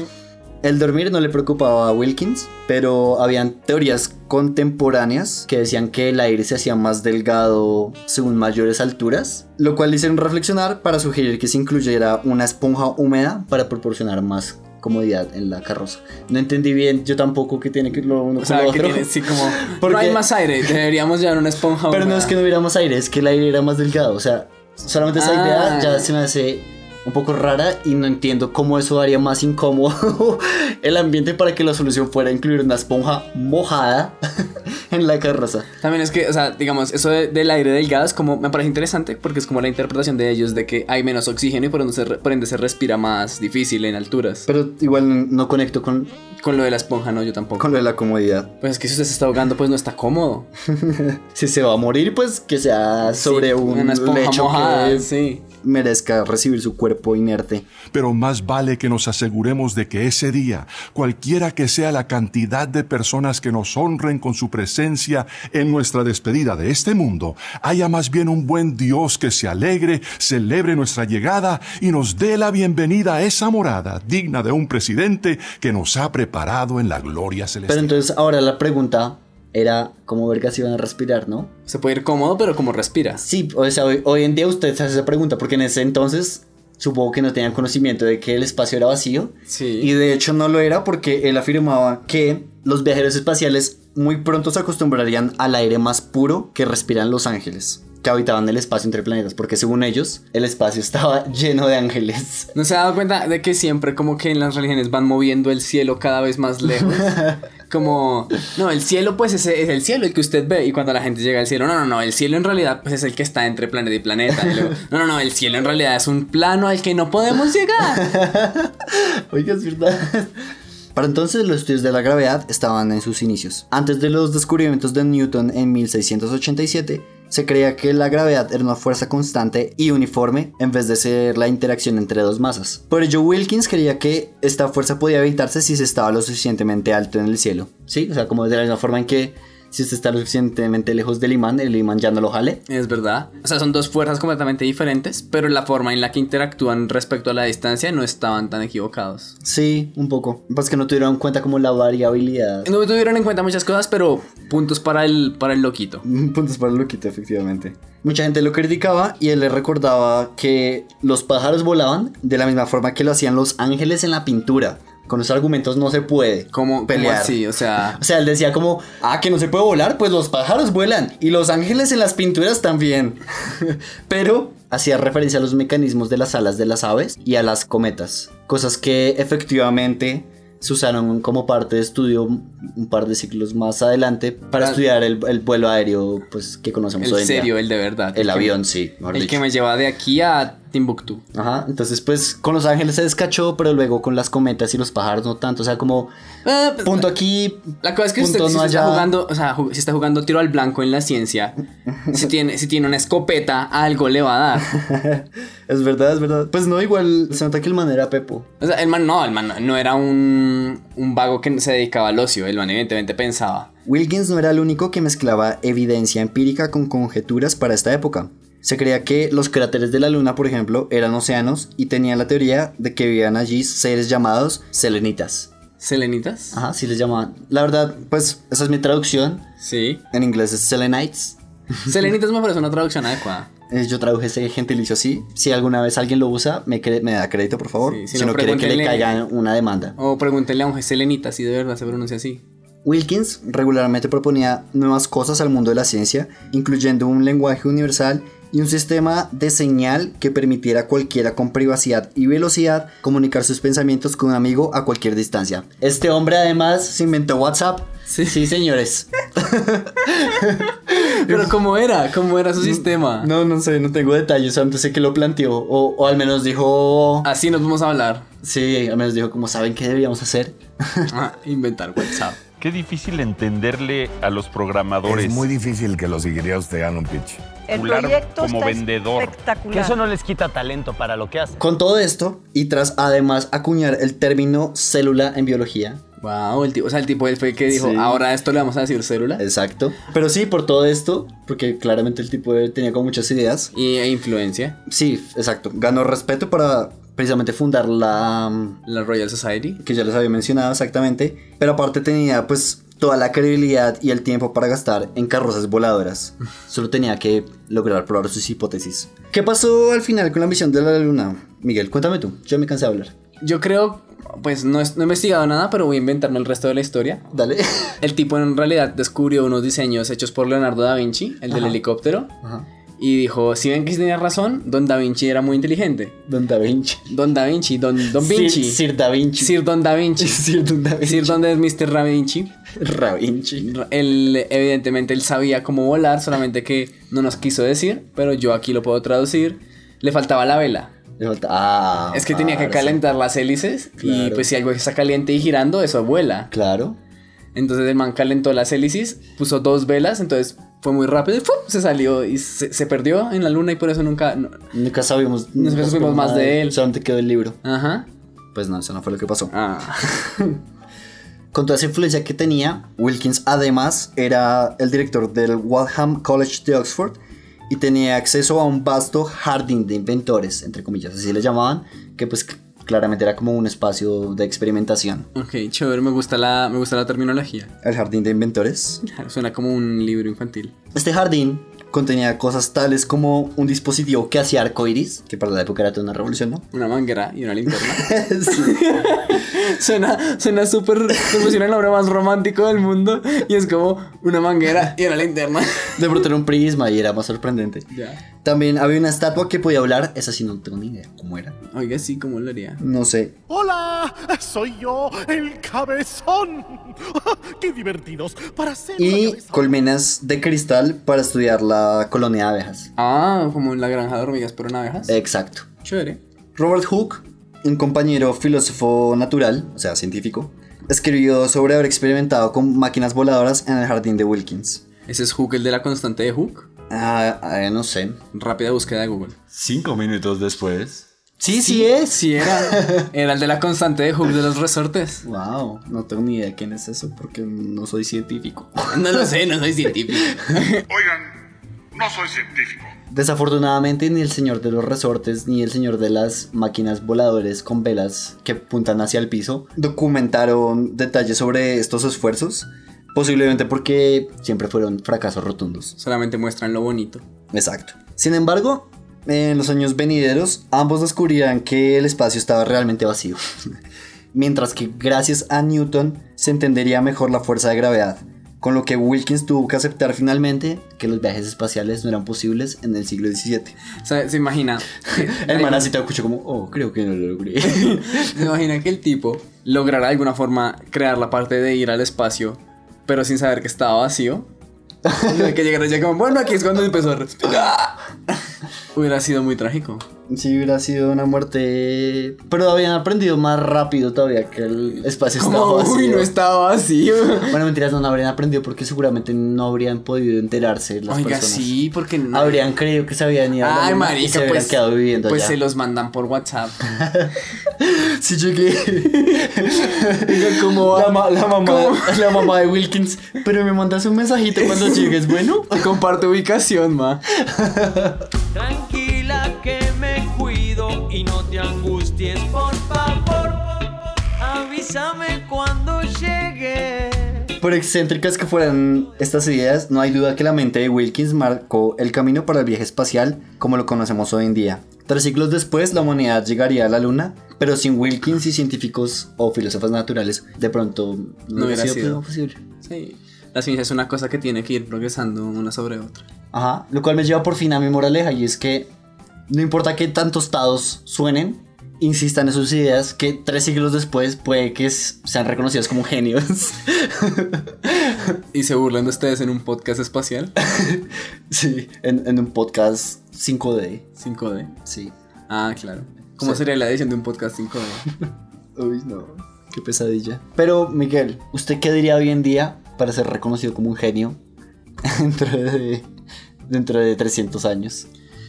S1: El dormir no le preocupaba a Wilkins, pero habían teorías contemporáneas que decían que el aire se hacía más delgado según mayores alturas, lo cual hicieron reflexionar para sugerir que se incluyera una esponja húmeda para proporcionar más comodidad en la carroza. No entendí bien, yo tampoco que tiene que lo uno
S2: O
S1: con
S2: sea,
S1: lo
S2: que
S1: otro.
S2: tiene, sí,
S1: (laughs)
S2: como.
S1: Porque-
S2: No hay más aire. Deberíamos llevar una
S1: (laughs)
S2: esponja.
S1: Pero no es que no hubiera más aire, es que el aire era más delgado. O sea, solamente esa
S2: Ah.
S1: idea ya se me hace un poco rara y no entiendo cómo eso haría más incómodo (laughs) el ambiente para que la solución fuera incluir una esponja mojada (laughs) en la carroza.
S2: También es que, o sea, digamos, eso de- del aire delgado es como, me parece interesante porque es como la interpretación de ellos de que hay menos oxígeno y por ende se, re- por ende se respira más difícil en alturas.
S1: Pero igual no conecto con,
S2: Con lo de la esponja, no, yo tampoco.
S1: con lo de la comodidad.
S2: Pues es que si usted se está ahogando, pues no está cómodo.
S1: Si se va a morir, pues que sea sobre
S2: Sí,
S1: un
S2: una esponja
S1: lecho
S2: mojada,
S1: que
S2: sí.
S1: merezca recibir su cuerpo inerte.
S18: Pero más vale que nos aseguremos de que ese día, cualquiera que sea la cantidad de personas que nos honren con su presencia en nuestra despedida de este mundo, haya más bien un buen Dios que se alegre, celebre nuestra llegada y nos dé la bienvenida a esa morada digna de un presidente que nos ha preparado en la gloria
S1: Pero
S18: celestial.
S1: entonces ahora la pregunta era cómo verga si iban a respirar, ¿no?
S2: Se puede ir cómodo, pero como respira.
S1: Sí, o sea, hoy, hoy en día usted se hace esa pregunta, porque en ese entonces supongo que no tenían conocimiento de que el espacio era vacío.
S2: Sí.
S1: Y de hecho no lo era porque él afirmaba que los viajeros espaciales muy pronto se acostumbrarían al aire más puro que respiran los ángeles, que habitaban el espacio entre planetas, porque según ellos el espacio estaba (laughs) lleno de ángeles.
S2: ¿No se ha dado cuenta de que siempre como que en las religiones van moviendo el cielo cada vez más lejos? Como, no, el cielo pues ese es el cielo, el que usted ve. Y cuando la gente llega al cielo, no, no, no, el cielo en realidad pues es el que está entre planeta y planeta. Y luego, no, no, no, el cielo en realidad es un plano al que no podemos llegar.
S1: Oiga, es verdad. Para entonces los estudios de la gravedad estaban en sus inicios. Antes de los descubrimientos de Newton en 1687, se creía que la gravedad era una fuerza constante y uniforme en vez de ser la interacción entre dos masas. Por ello, Wilkins creía que esta fuerza podía evitarse si se estaba lo suficientemente alto en el cielo. Sí, o sea, como de la misma forma en que si se está lo suficientemente lejos del imán, el imán ya no lo jale.
S2: Es verdad. O sea, son dos fuerzas completamente diferentes, pero la forma en la que interactúan respecto a la distancia no estaban tan equivocados.
S1: Sí, un poco. Pues que no tuvieron en cuenta como la variabilidad.
S2: No tuvieron en cuenta muchas cosas, pero puntos para el, para el loquito.
S1: Mm, Puntos para Luquito, efectivamente. Mucha gente lo criticaba y él le recordaba que los pájaros volaban de la misma forma que lo hacían los ángeles en la pintura. Con los argumentos no se puede
S2: Como, como
S1: pelear.
S2: así, o
S1: (laughs)
S2: sea...
S1: O sea, él decía como, ah, que no se puede volar, pues los pájaros vuelan y los ángeles en las pinturas también. (laughs) Pero hacía referencia a los mecanismos de las alas de las aves y a las cometas, cosas que efectivamente se usaron como parte de estudio un par de siglos más adelante para
S2: Ah.
S1: estudiar el, el vuelo aéreo pues que conocemos
S2: El
S1: hoy en día.
S2: serio, el de verdad.
S1: El
S2: que-
S1: avión, sí, mejor
S2: el
S1: dicho.
S2: que me lleva de aquí a Timbuktu.
S1: Ajá, entonces pues con los ángeles se descachó, pero luego con las cometas y los pájaros no tanto, o sea, como
S2: Eh, pues,
S1: punto aquí,
S2: la cosa es que
S1: Ah,
S2: usted,
S1: punto
S2: si
S1: no
S2: usted está
S1: allá.
S2: jugando, o sea, ju- si está jugando tiro al blanco en
S1: (laughs)
S2: la ciencia, si tiene, si tiene una escopeta, algo le va a dar.
S1: es verdad, es verdad. Pues no, igual se nota que el man era Pepo.
S2: O sea, el man no, el man no, no era un, un vago que se dedicaba al ocio, el man evidentemente pensaba.
S1: Wilkins no era el único que mezclaba evidencia empírica con conjeturas para esta época. Se creía que los cráteres de la Luna, por ejemplo, eran océanos y tenían la teoría de que vivían allí seres llamados selenitas.
S2: ¿Selenitas?
S1: Ajá, sí les llamaban. La verdad, pues esa es mi traducción.
S2: Sí.
S1: En inglés es selenites.
S2: Selenitas me parece una traducción adecuada.
S1: Eh, Yo traduje ese gentilicio así. Si alguna vez alguien lo usa, me, cre- me da crédito, por favor.
S2: Sí, si
S1: si,
S2: no,
S1: no, quiere que le
S2: pregúntenle.
S1: caiga una demanda.
S2: O pregúntenle a un selenita si de verdad se pronuncia así.
S1: Wilkins regularmente proponía nuevas cosas al mundo de la ciencia, incluyendo un lenguaje universal y un sistema de señal que permitiera a cualquiera con privacidad y velocidad comunicar sus pensamientos con un amigo a cualquier distancia. Este hombre además se inventó WhatsApp. Sí, señores.
S2: (laughs) Pero ¿cómo era? ¿Cómo era su sistema?
S1: Mm, No, no sé, no tengo detalles, antes sé que lo planteó. O, o al menos dijo...
S2: Así nos vamos a hablar.
S1: Sí, al menos dijo como saben qué deberíamos hacer.
S2: Ah, Inventar WhatsApp.
S19: Qué difícil entenderle a los programadores.
S20: Es muy difícil que los ingenieros te hagan un pitch.
S19: El
S20: espectacular
S19: proyecto
S20: como
S19: está
S20: vendedor.
S19: espectacular.
S20: Que eso no les quita talento para lo que hacen.
S1: Con todo esto, y tras además acuñar el término célula en biología.
S2: Wow, el tipo, o sea, el tipo él fue el que dijo,
S1: Sí.
S2: ahora a esto le vamos a decir célula.
S1: Exacto. Pero sí, por todo esto, porque claramente el tipo de- tenía como muchas ideas.
S2: Y e influencia.
S1: Sí, exacto. Ganó respeto para precisamente fundar la, mm,
S2: La Royal Society.
S1: que ya les había mencionado exactamente, pero aparte tenía pues toda la credibilidad y el tiempo para gastar en carrozas (laughs) voladoras. Solo tenía que lograr probar sus hipótesis. ¿Qué pasó al final con la misión de la luna? Miguel, cuéntame tú, yo me cansé de hablar.
S2: Yo creo, pues no, es- no he investigado nada, pero voy a inventarme el resto de la historia.
S1: Dale.
S2: El tipo en realidad descubrió unos diseños hechos por Leonardo da Vinci, el
S1: (laughs)
S2: del
S1: Ajá.
S2: helicóptero. Y dijo, si ven que tenía razón, Don Da Vinci era muy inteligente.
S1: Don Da Vinci.
S2: Don Da Vinci, Don, don
S1: Sir-
S2: Vinci.
S1: Sir Da Vinci.
S2: Sir Don Da Vinci.
S1: Sir Don Da Vinci.
S2: Sir Don es Mr. Da Vinci.
S1: Ra Vinci.
S2: Él, evidentemente, él sabía cómo volar, solamente que no nos quiso decir, pero yo aquí lo puedo traducir. Le faltaba la vela.
S1: Le falta- Ah,
S2: es que tenía que
S1: parce.
S2: calentar las hélices y
S1: Claro.
S2: pues si algo está caliente y girando, eso vuela.
S1: Claro.
S2: Entonces el man calentó las hélices, puso dos velas, entonces fue muy rápido y ¡fum! se salió y se, se perdió en la luna y por eso nunca... no-
S1: Nunca sabíamos.
S2: Nunca supimos
S1: supimos
S2: más
S1: nada
S2: de él.
S1: Solamente quedó el libro.
S2: Ajá.
S1: Pues no, eso no fue lo que pasó.
S2: Ah.
S1: Con toda esa influencia que tenía, Wilkins además era el director del Wadham College de Oxford y tenía acceso a un vasto jardín de inventores, entre comillas, así le llamaban, que pues c- claramente era como un espacio de experimentación.
S2: Ok, chévere, me gusta la, me gusta la terminología.
S1: El jardín de inventores.
S2: Suena como un libro infantil.
S1: Este jardín contenía cosas tales como un dispositivo que hacía arcoiris, que para la época era toda una revolución, ¿no? (laughs)
S2: Una manguera y una linterna. (laughs) suena suena súper como si fuera el hombre más romántico del mundo y es como una manguera y una linterna. (laughs)
S1: De pronto era un prisma y era más sorprendente.
S2: ya.
S1: También había una estatua que podía hablar, esa sí no tengo ni idea cómo era.
S2: Oiga, sí, ¿cómo lo haría?
S1: No sé,
S8: Hola, soy yo, el cabezón. (laughs) Qué divertidos para ser
S1: y colmenas de cristal para estudiar la colonia de abejas.
S2: Ah, como en la granja de hormigas, pero en abejas.
S1: Exacto.
S2: Chévere.
S1: Robert Hooke, un compañero filósofo natural, o sea, científico, escribió sobre haber experimentado con máquinas voladoras en el jardín de Wilkins.
S2: Ese es Hook, el de la constante de Hook.
S1: Ah, ah, no sé.
S2: Rápida búsqueda de Google.
S14: Cinco minutos después.
S1: Sí, sí, es.
S2: Sí, era. Era el de la constante de Hook de los resortes.
S1: Wow, no tengo ni idea de quién es eso porque no soy científico.
S2: No lo sé, no soy científico.
S20: No soy científico.
S1: Desafortunadamente ni el señor de los resortes ni el señor de las máquinas voladores con velas que apuntan hacia el piso documentaron detalles sobre estos esfuerzos, posiblemente porque siempre fueron fracasos rotundos.
S2: Solamente muestran lo bonito.
S1: Exacto. Sin embargo, en los años venideros ambos descubrirán que el espacio estaba realmente vacío, (laughs) mientras que gracias a Newton se entendería mejor la fuerza de gravedad. Con lo que Wilkins tuvo que aceptar finalmente que los viajes espaciales no eran posibles en el siglo XVII.
S2: O sea, se imagina.
S1: El man así te escuchó como, oh, creo que no lo logré. (laughs)
S2: (laughs) Se imagina que el tipo logrará de alguna forma crear la parte de ir al espacio, pero sin saber que estaba vacío. Y de que llegara ya como, bueno, aquí es cuando empezó
S1: (laughs)
S2: a respirar. Hubiera sido muy trágico.
S1: Si hubiera sido una muerte... Pero habían aprendido más rápido todavía que el espacio estaba
S2: Como,
S1: vacío.
S2: uy, no estaba vacío.
S1: Bueno, mentiras, no, no habrían aprendido porque seguramente no habrían podido enterarse las
S2: Oiga,
S1: personas.
S2: sí, porque no.
S1: Habrían creído que se habían ido a la
S2: Ay,
S1: luna y se
S2: marica,
S1: habrían
S2: pues,
S1: quedado viviendo
S2: pues
S1: allá.
S2: se los mandan por WhatsApp.
S1: (laughs) Sí,
S2: (laughs)
S1: llegué.
S2: Diga, ¿cómo va?
S1: La, ma- la mamá,
S2: ¿Cómo?
S1: la mamá de Wilkins. Pero me mandas un mensajito (laughs)
S2: (laughs)
S1: cuando llegues, bueno.
S2: Te comparto ubicación, ma.
S21: Tranquila que me cuido y no te angusties, por favor. Avísame cuando llegue.
S1: Por excéntricas que fueran estas ideas, no hay duda que la mente de Wilkins marcó el camino para el viaje espacial como lo conocemos hoy en día. Tres siglos después, la humanidad llegaría a la Luna, pero sin Wilkins y científicos o filósofos naturales, de pronto no,
S2: hubiera sido.
S1: posible.
S2: Sí. La ciencia es una cosa que tiene que ir progresando una sobre otra.
S1: Ajá, lo cual me lleva por fin a mi moraleja y es que no importa qué tan tostados suenen, insistan en sus ideas que tres siglos después puede que s- sean reconocidos como genios. (laughs)
S2: Y se burlan de ustedes en un podcast espacial
S1: sí, en, en un podcast 5D.
S2: 5D.
S1: Sí.
S2: Ah, claro. ¿Cómo
S1: Sí.
S2: sería la edición de un podcast 5D?
S1: Uy, no, qué pesadilla. Pero, Miguel, (laughs) ¿usted qué diría hoy en día para ser reconocido como un genio dentro de dentro de 300 años.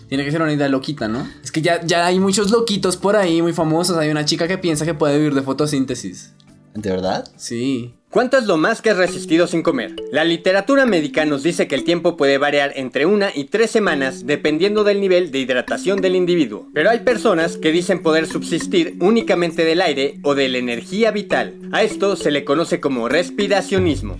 S2: Tiene que ser una idea loquita, ¿no? Es que ya, ya hay muchos loquitos por ahí, muy famosos. Hay una chica que piensa que puede vivir de fotosíntesis.
S1: ¿De verdad?
S2: Sí.
S19: ¿Cuánto es lo más que has resistido sin comer? La literatura médica nos dice que el tiempo puede variar entre una y tres semanas dependiendo del nivel de hidratación del individuo. Pero hay personas que dicen poder subsistir únicamente del aire o de la energía vital. A esto se le conoce como respiracionismo.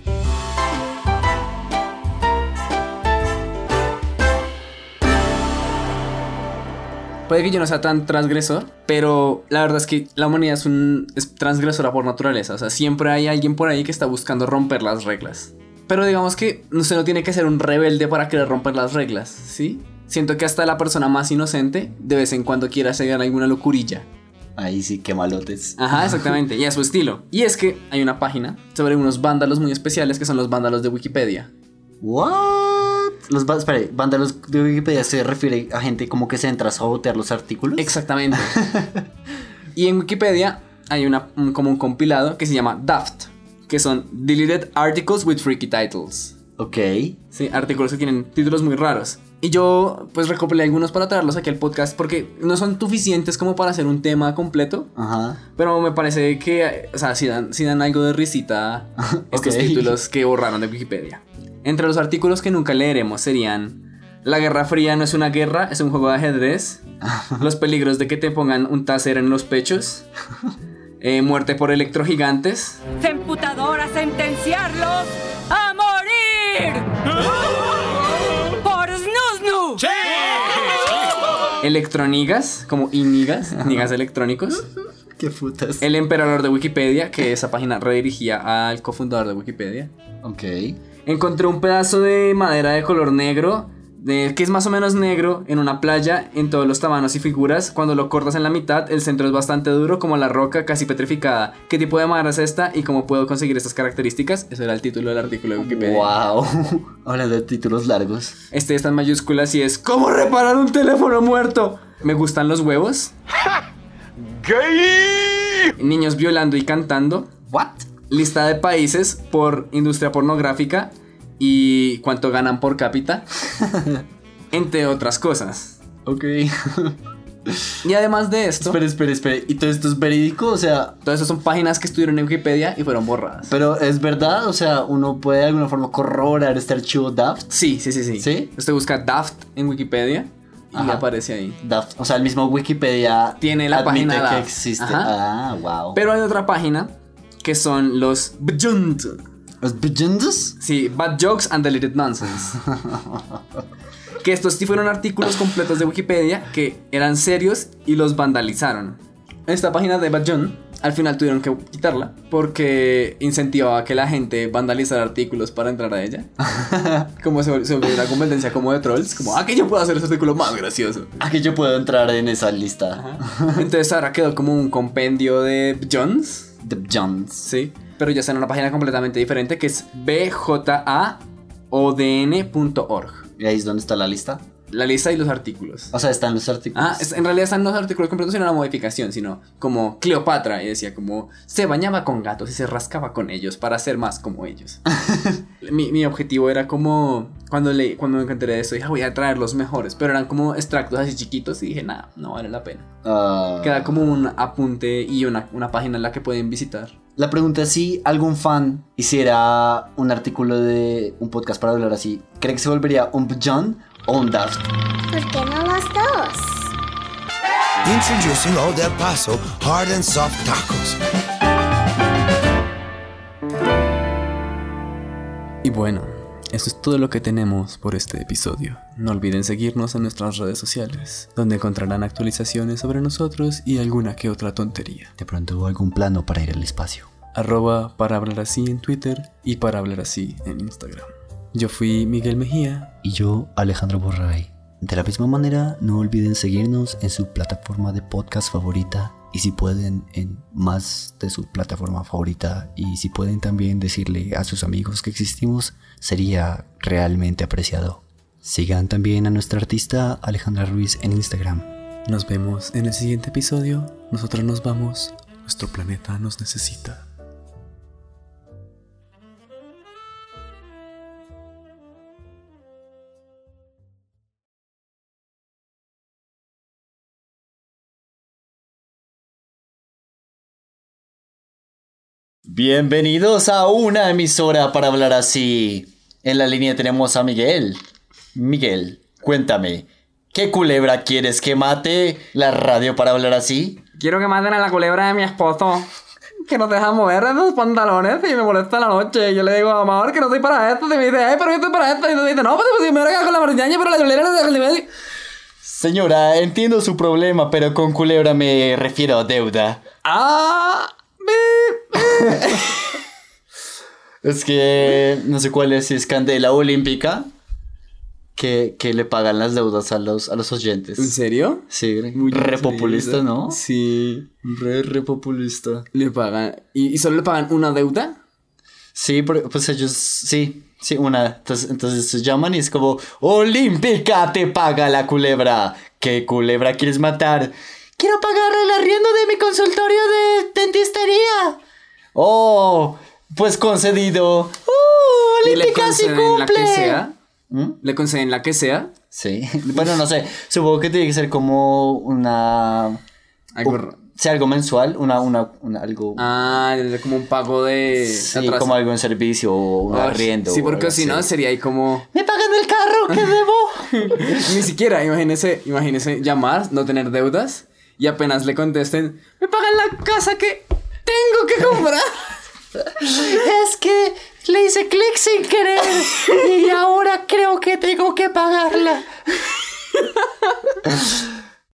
S2: Puede que yo no sea tan transgresor, pero la verdad es que la humanidad es, un, es transgresora por naturaleza. O sea, siempre hay alguien por ahí que está buscando romper las reglas. Pero digamos que usted no tiene que ser un rebelde para querer romper las reglas, ¿sí? Siento que hasta la persona más inocente de vez en cuando quiere hacer alguna locurilla.
S1: Ahí sí, qué malotes.
S2: Ajá, exactamente, y a su estilo. Y es que hay una página sobre unos vándalos muy especiales que son los vándalos de Wikipedia.
S1: ¿What? Los va- espere, vándalos de Wikipedia se refiere a gente como que se entra a sabotear los artículos.
S2: Exactamente. Y en Wikipedia hay una, un- como un compilado que se llama DAFT, que son Deleted Articles with Freaky Titles.
S1: Ok.
S2: Sí, artículos que tienen títulos muy raros. Y yo pues recopilé algunos para traerlos aquí al podcast porque no son suficientes como para hacer un tema completo.
S1: Ajá.
S2: Pero me parece que, o sea, si dan, sí dan algo de risita estos
S1: Ok.
S2: títulos que borraron de Wikipedia. Entre los artículos que nunca leeremos serían La Guerra Fría no es una guerra, es un juego de ajedrez. Los peligros de que te pongan un taser en los pechos. eh, muerte por electrogigantes.
S22: Emputadora, sentenciarlos a morir. Por Snusnu.
S2: Electronigas, como inigas, nigas electrónicos.
S1: Qué putas.
S2: El emperador de Wikipedia, que esa página redirigía al cofundador de Wikipedia.
S1: Ok.
S2: Encontré un pedazo de madera de color negro, de- que es más o menos negro, en una playa, en todos los tamaños y figuras. Cuando lo cortas en la mitad, el centro es bastante duro, como la roca, casi petrificada. ¿Qué tipo de madera es esta y cómo puedo conseguir estas características? Eso era el título del artículo de Wikipedia.
S1: Wow. (laughs) Hablando de títulos largos.
S2: Este está en mayúsculas y es ¿Cómo reparar un teléfono muerto? Me gustan los huevos. Niños violando y cantando.
S1: What?
S2: Lista de países por industria pornográfica y cuánto ganan por cápita. entre otras cosas.
S1: Ok.
S2: Y además de esto.
S1: Espera, espera, espera. ¿Y todo esto es verídico? O sea.
S2: Todas esas son páginas que estuvieron en Wikipedia y fueron borradas.
S1: Pero es verdad, o sea, uno puede de alguna forma corroborar este archivo DAFT.
S2: Sí, sí, sí, sí.
S1: ¿Sí?
S2: Usted busca Daft en Wikipedia y
S1: Ajá.
S2: aparece ahí.
S1: DAFT. O sea, el mismo Wikipedia
S2: Tiene la
S1: admite
S2: página
S1: que
S2: DAFT.
S1: existe.
S2: Ajá.
S1: Ah, wow.
S2: Pero hay otra página que son los Bjunt.
S1: ¿Los Bjundus?
S2: Sí, Bad Jokes and Deleted Nonsense. que estos sí fueron artículos completos de Wikipedia que eran serios y los vandalizaron. Esta página de Bad John al final tuvieron que quitarla porque incentivaba que la gente vandalizara artículos para entrar a ella. como se, vol- se volvió una competencia como de trolls, como, ah, que yo puedo hacer ese artículo más gracioso.
S1: Aquí Ah, yo puedo entrar en esa lista.
S2: Entonces ahora quedó como un compendio de Johns.
S1: The Johns.
S2: Sí, pero ya está en una página completamente diferente que es bjaodn.org.
S1: Y ahí es donde está la lista.
S2: La lista y los artículos.
S1: O sea, están los artículos.
S2: Ah, es- en realidad están no los artículos completos, sino una modificación, sino como Cleopatra, y decía como se bañaba con gatos y se rascaba con ellos para ser más como ellos. mi, mi objetivo era como, cuando, le, cuando me encontré de eso, dije, "Ah, voy a traer los mejores, pero eran como extractos así chiquitos y dije, nada, no vale la pena.
S1: Ah.
S2: Queda como un apunte y una, una página en la que pueden visitar.
S1: La pregunta es si algún fan hiciera un artículo de un podcast para hablar así. ¿Cree que se volvería un John o un Daft?
S9: ¿Por qué no los dos?
S23: Introducing Old El Paso Hard and Soft Tacos.
S2: Y bueno, eso es todo lo que tenemos por este episodio. No olviden seguirnos en nuestras redes sociales, donde encontrarán actualizaciones sobre nosotros y alguna que otra tontería.
S1: De pronto hubo algún plano para ir al espacio.
S2: Arroba para hablar así en Twitter y para hablar así en Instagram. Yo fui Miguel Mejía.
S1: Y yo, Alejandro Borray. De la misma manera, no olviden seguirnos en su plataforma de podcast favorita y si pueden en más de su plataforma favorita y si pueden también decirle a sus amigos que existimos, sería realmente apreciado. Sigan también a nuestra artista Alejandra Ruiz en Instagram.
S2: Nos vemos en el siguiente episodio. Nosotros nos vamos. Nuestro planeta nos necesita.
S1: Bienvenidos a una emisora para hablar así. En la línea tenemos a Miguel. Miguel, cuéntame, ¿qué culebra quieres que mate la radio para hablar así?
S3: Quiero que maten a la culebra de mi esposo. Que no te deja mover de los pantalones y me molesta en la noche. Yo le digo, amor, que no soy para esto. Y me dice, ay, pero yo estoy para esto. Y te dice, no, pues, pues, yo me voy a quedar con la mariñaña, pero la culebra no se nivel.
S1: Señora, entiendo su problema, pero con culebra me refiero a deuda.
S3: Ah,
S1: Es que no sé cuál es, si es Candela Olímpica, que, que le pagan las deudas a los, a los oyentes.
S2: ¿En serio?
S1: Sí, re populista, ¿no?
S2: Sí.
S1: Re, re populista.
S2: Le pagan. ¿Y, y solo le pagan una deuda?
S1: Sí, pero, pues ellos, sí, sí, una. Entonces, entonces se llaman y es como, Olímpica te paga la culebra. ¿Qué culebra quieres matar? Quiero pagar el arriendo de mi consultorio de dentistería. Oh, pues concedido. ¡Uh!
S2: ¿Y le
S1: Olímpica sí
S2: conceden la que
S1: cumple. ¿Mm?
S2: sea? ¿Le conceden la que sea?
S1: Sí. Bueno, no sé. Supongo que tiene que ser como una.
S2: Algo
S1: o-
S2: ra-
S1: sí, algo mensual. Una, una, una- algo.
S2: Ah, es como un pago de...
S1: sí,
S2: atraso.
S1: como algo en servicio o un
S2: Ay,
S1: arriendo.
S2: Oh, Sí,
S1: o
S2: porque
S1: algo
S2: si no
S1: así.
S2: sería ahí como...
S1: Me pagan el carro que debo.
S2: (laughs) Ni siquiera, imagínese, imagínese llamar, no tener deudas y apenas le contesten, me pagan la casa que tengo que comprar.
S4: Es que le hice clic sin querer y ahora creo que tengo que pagarla.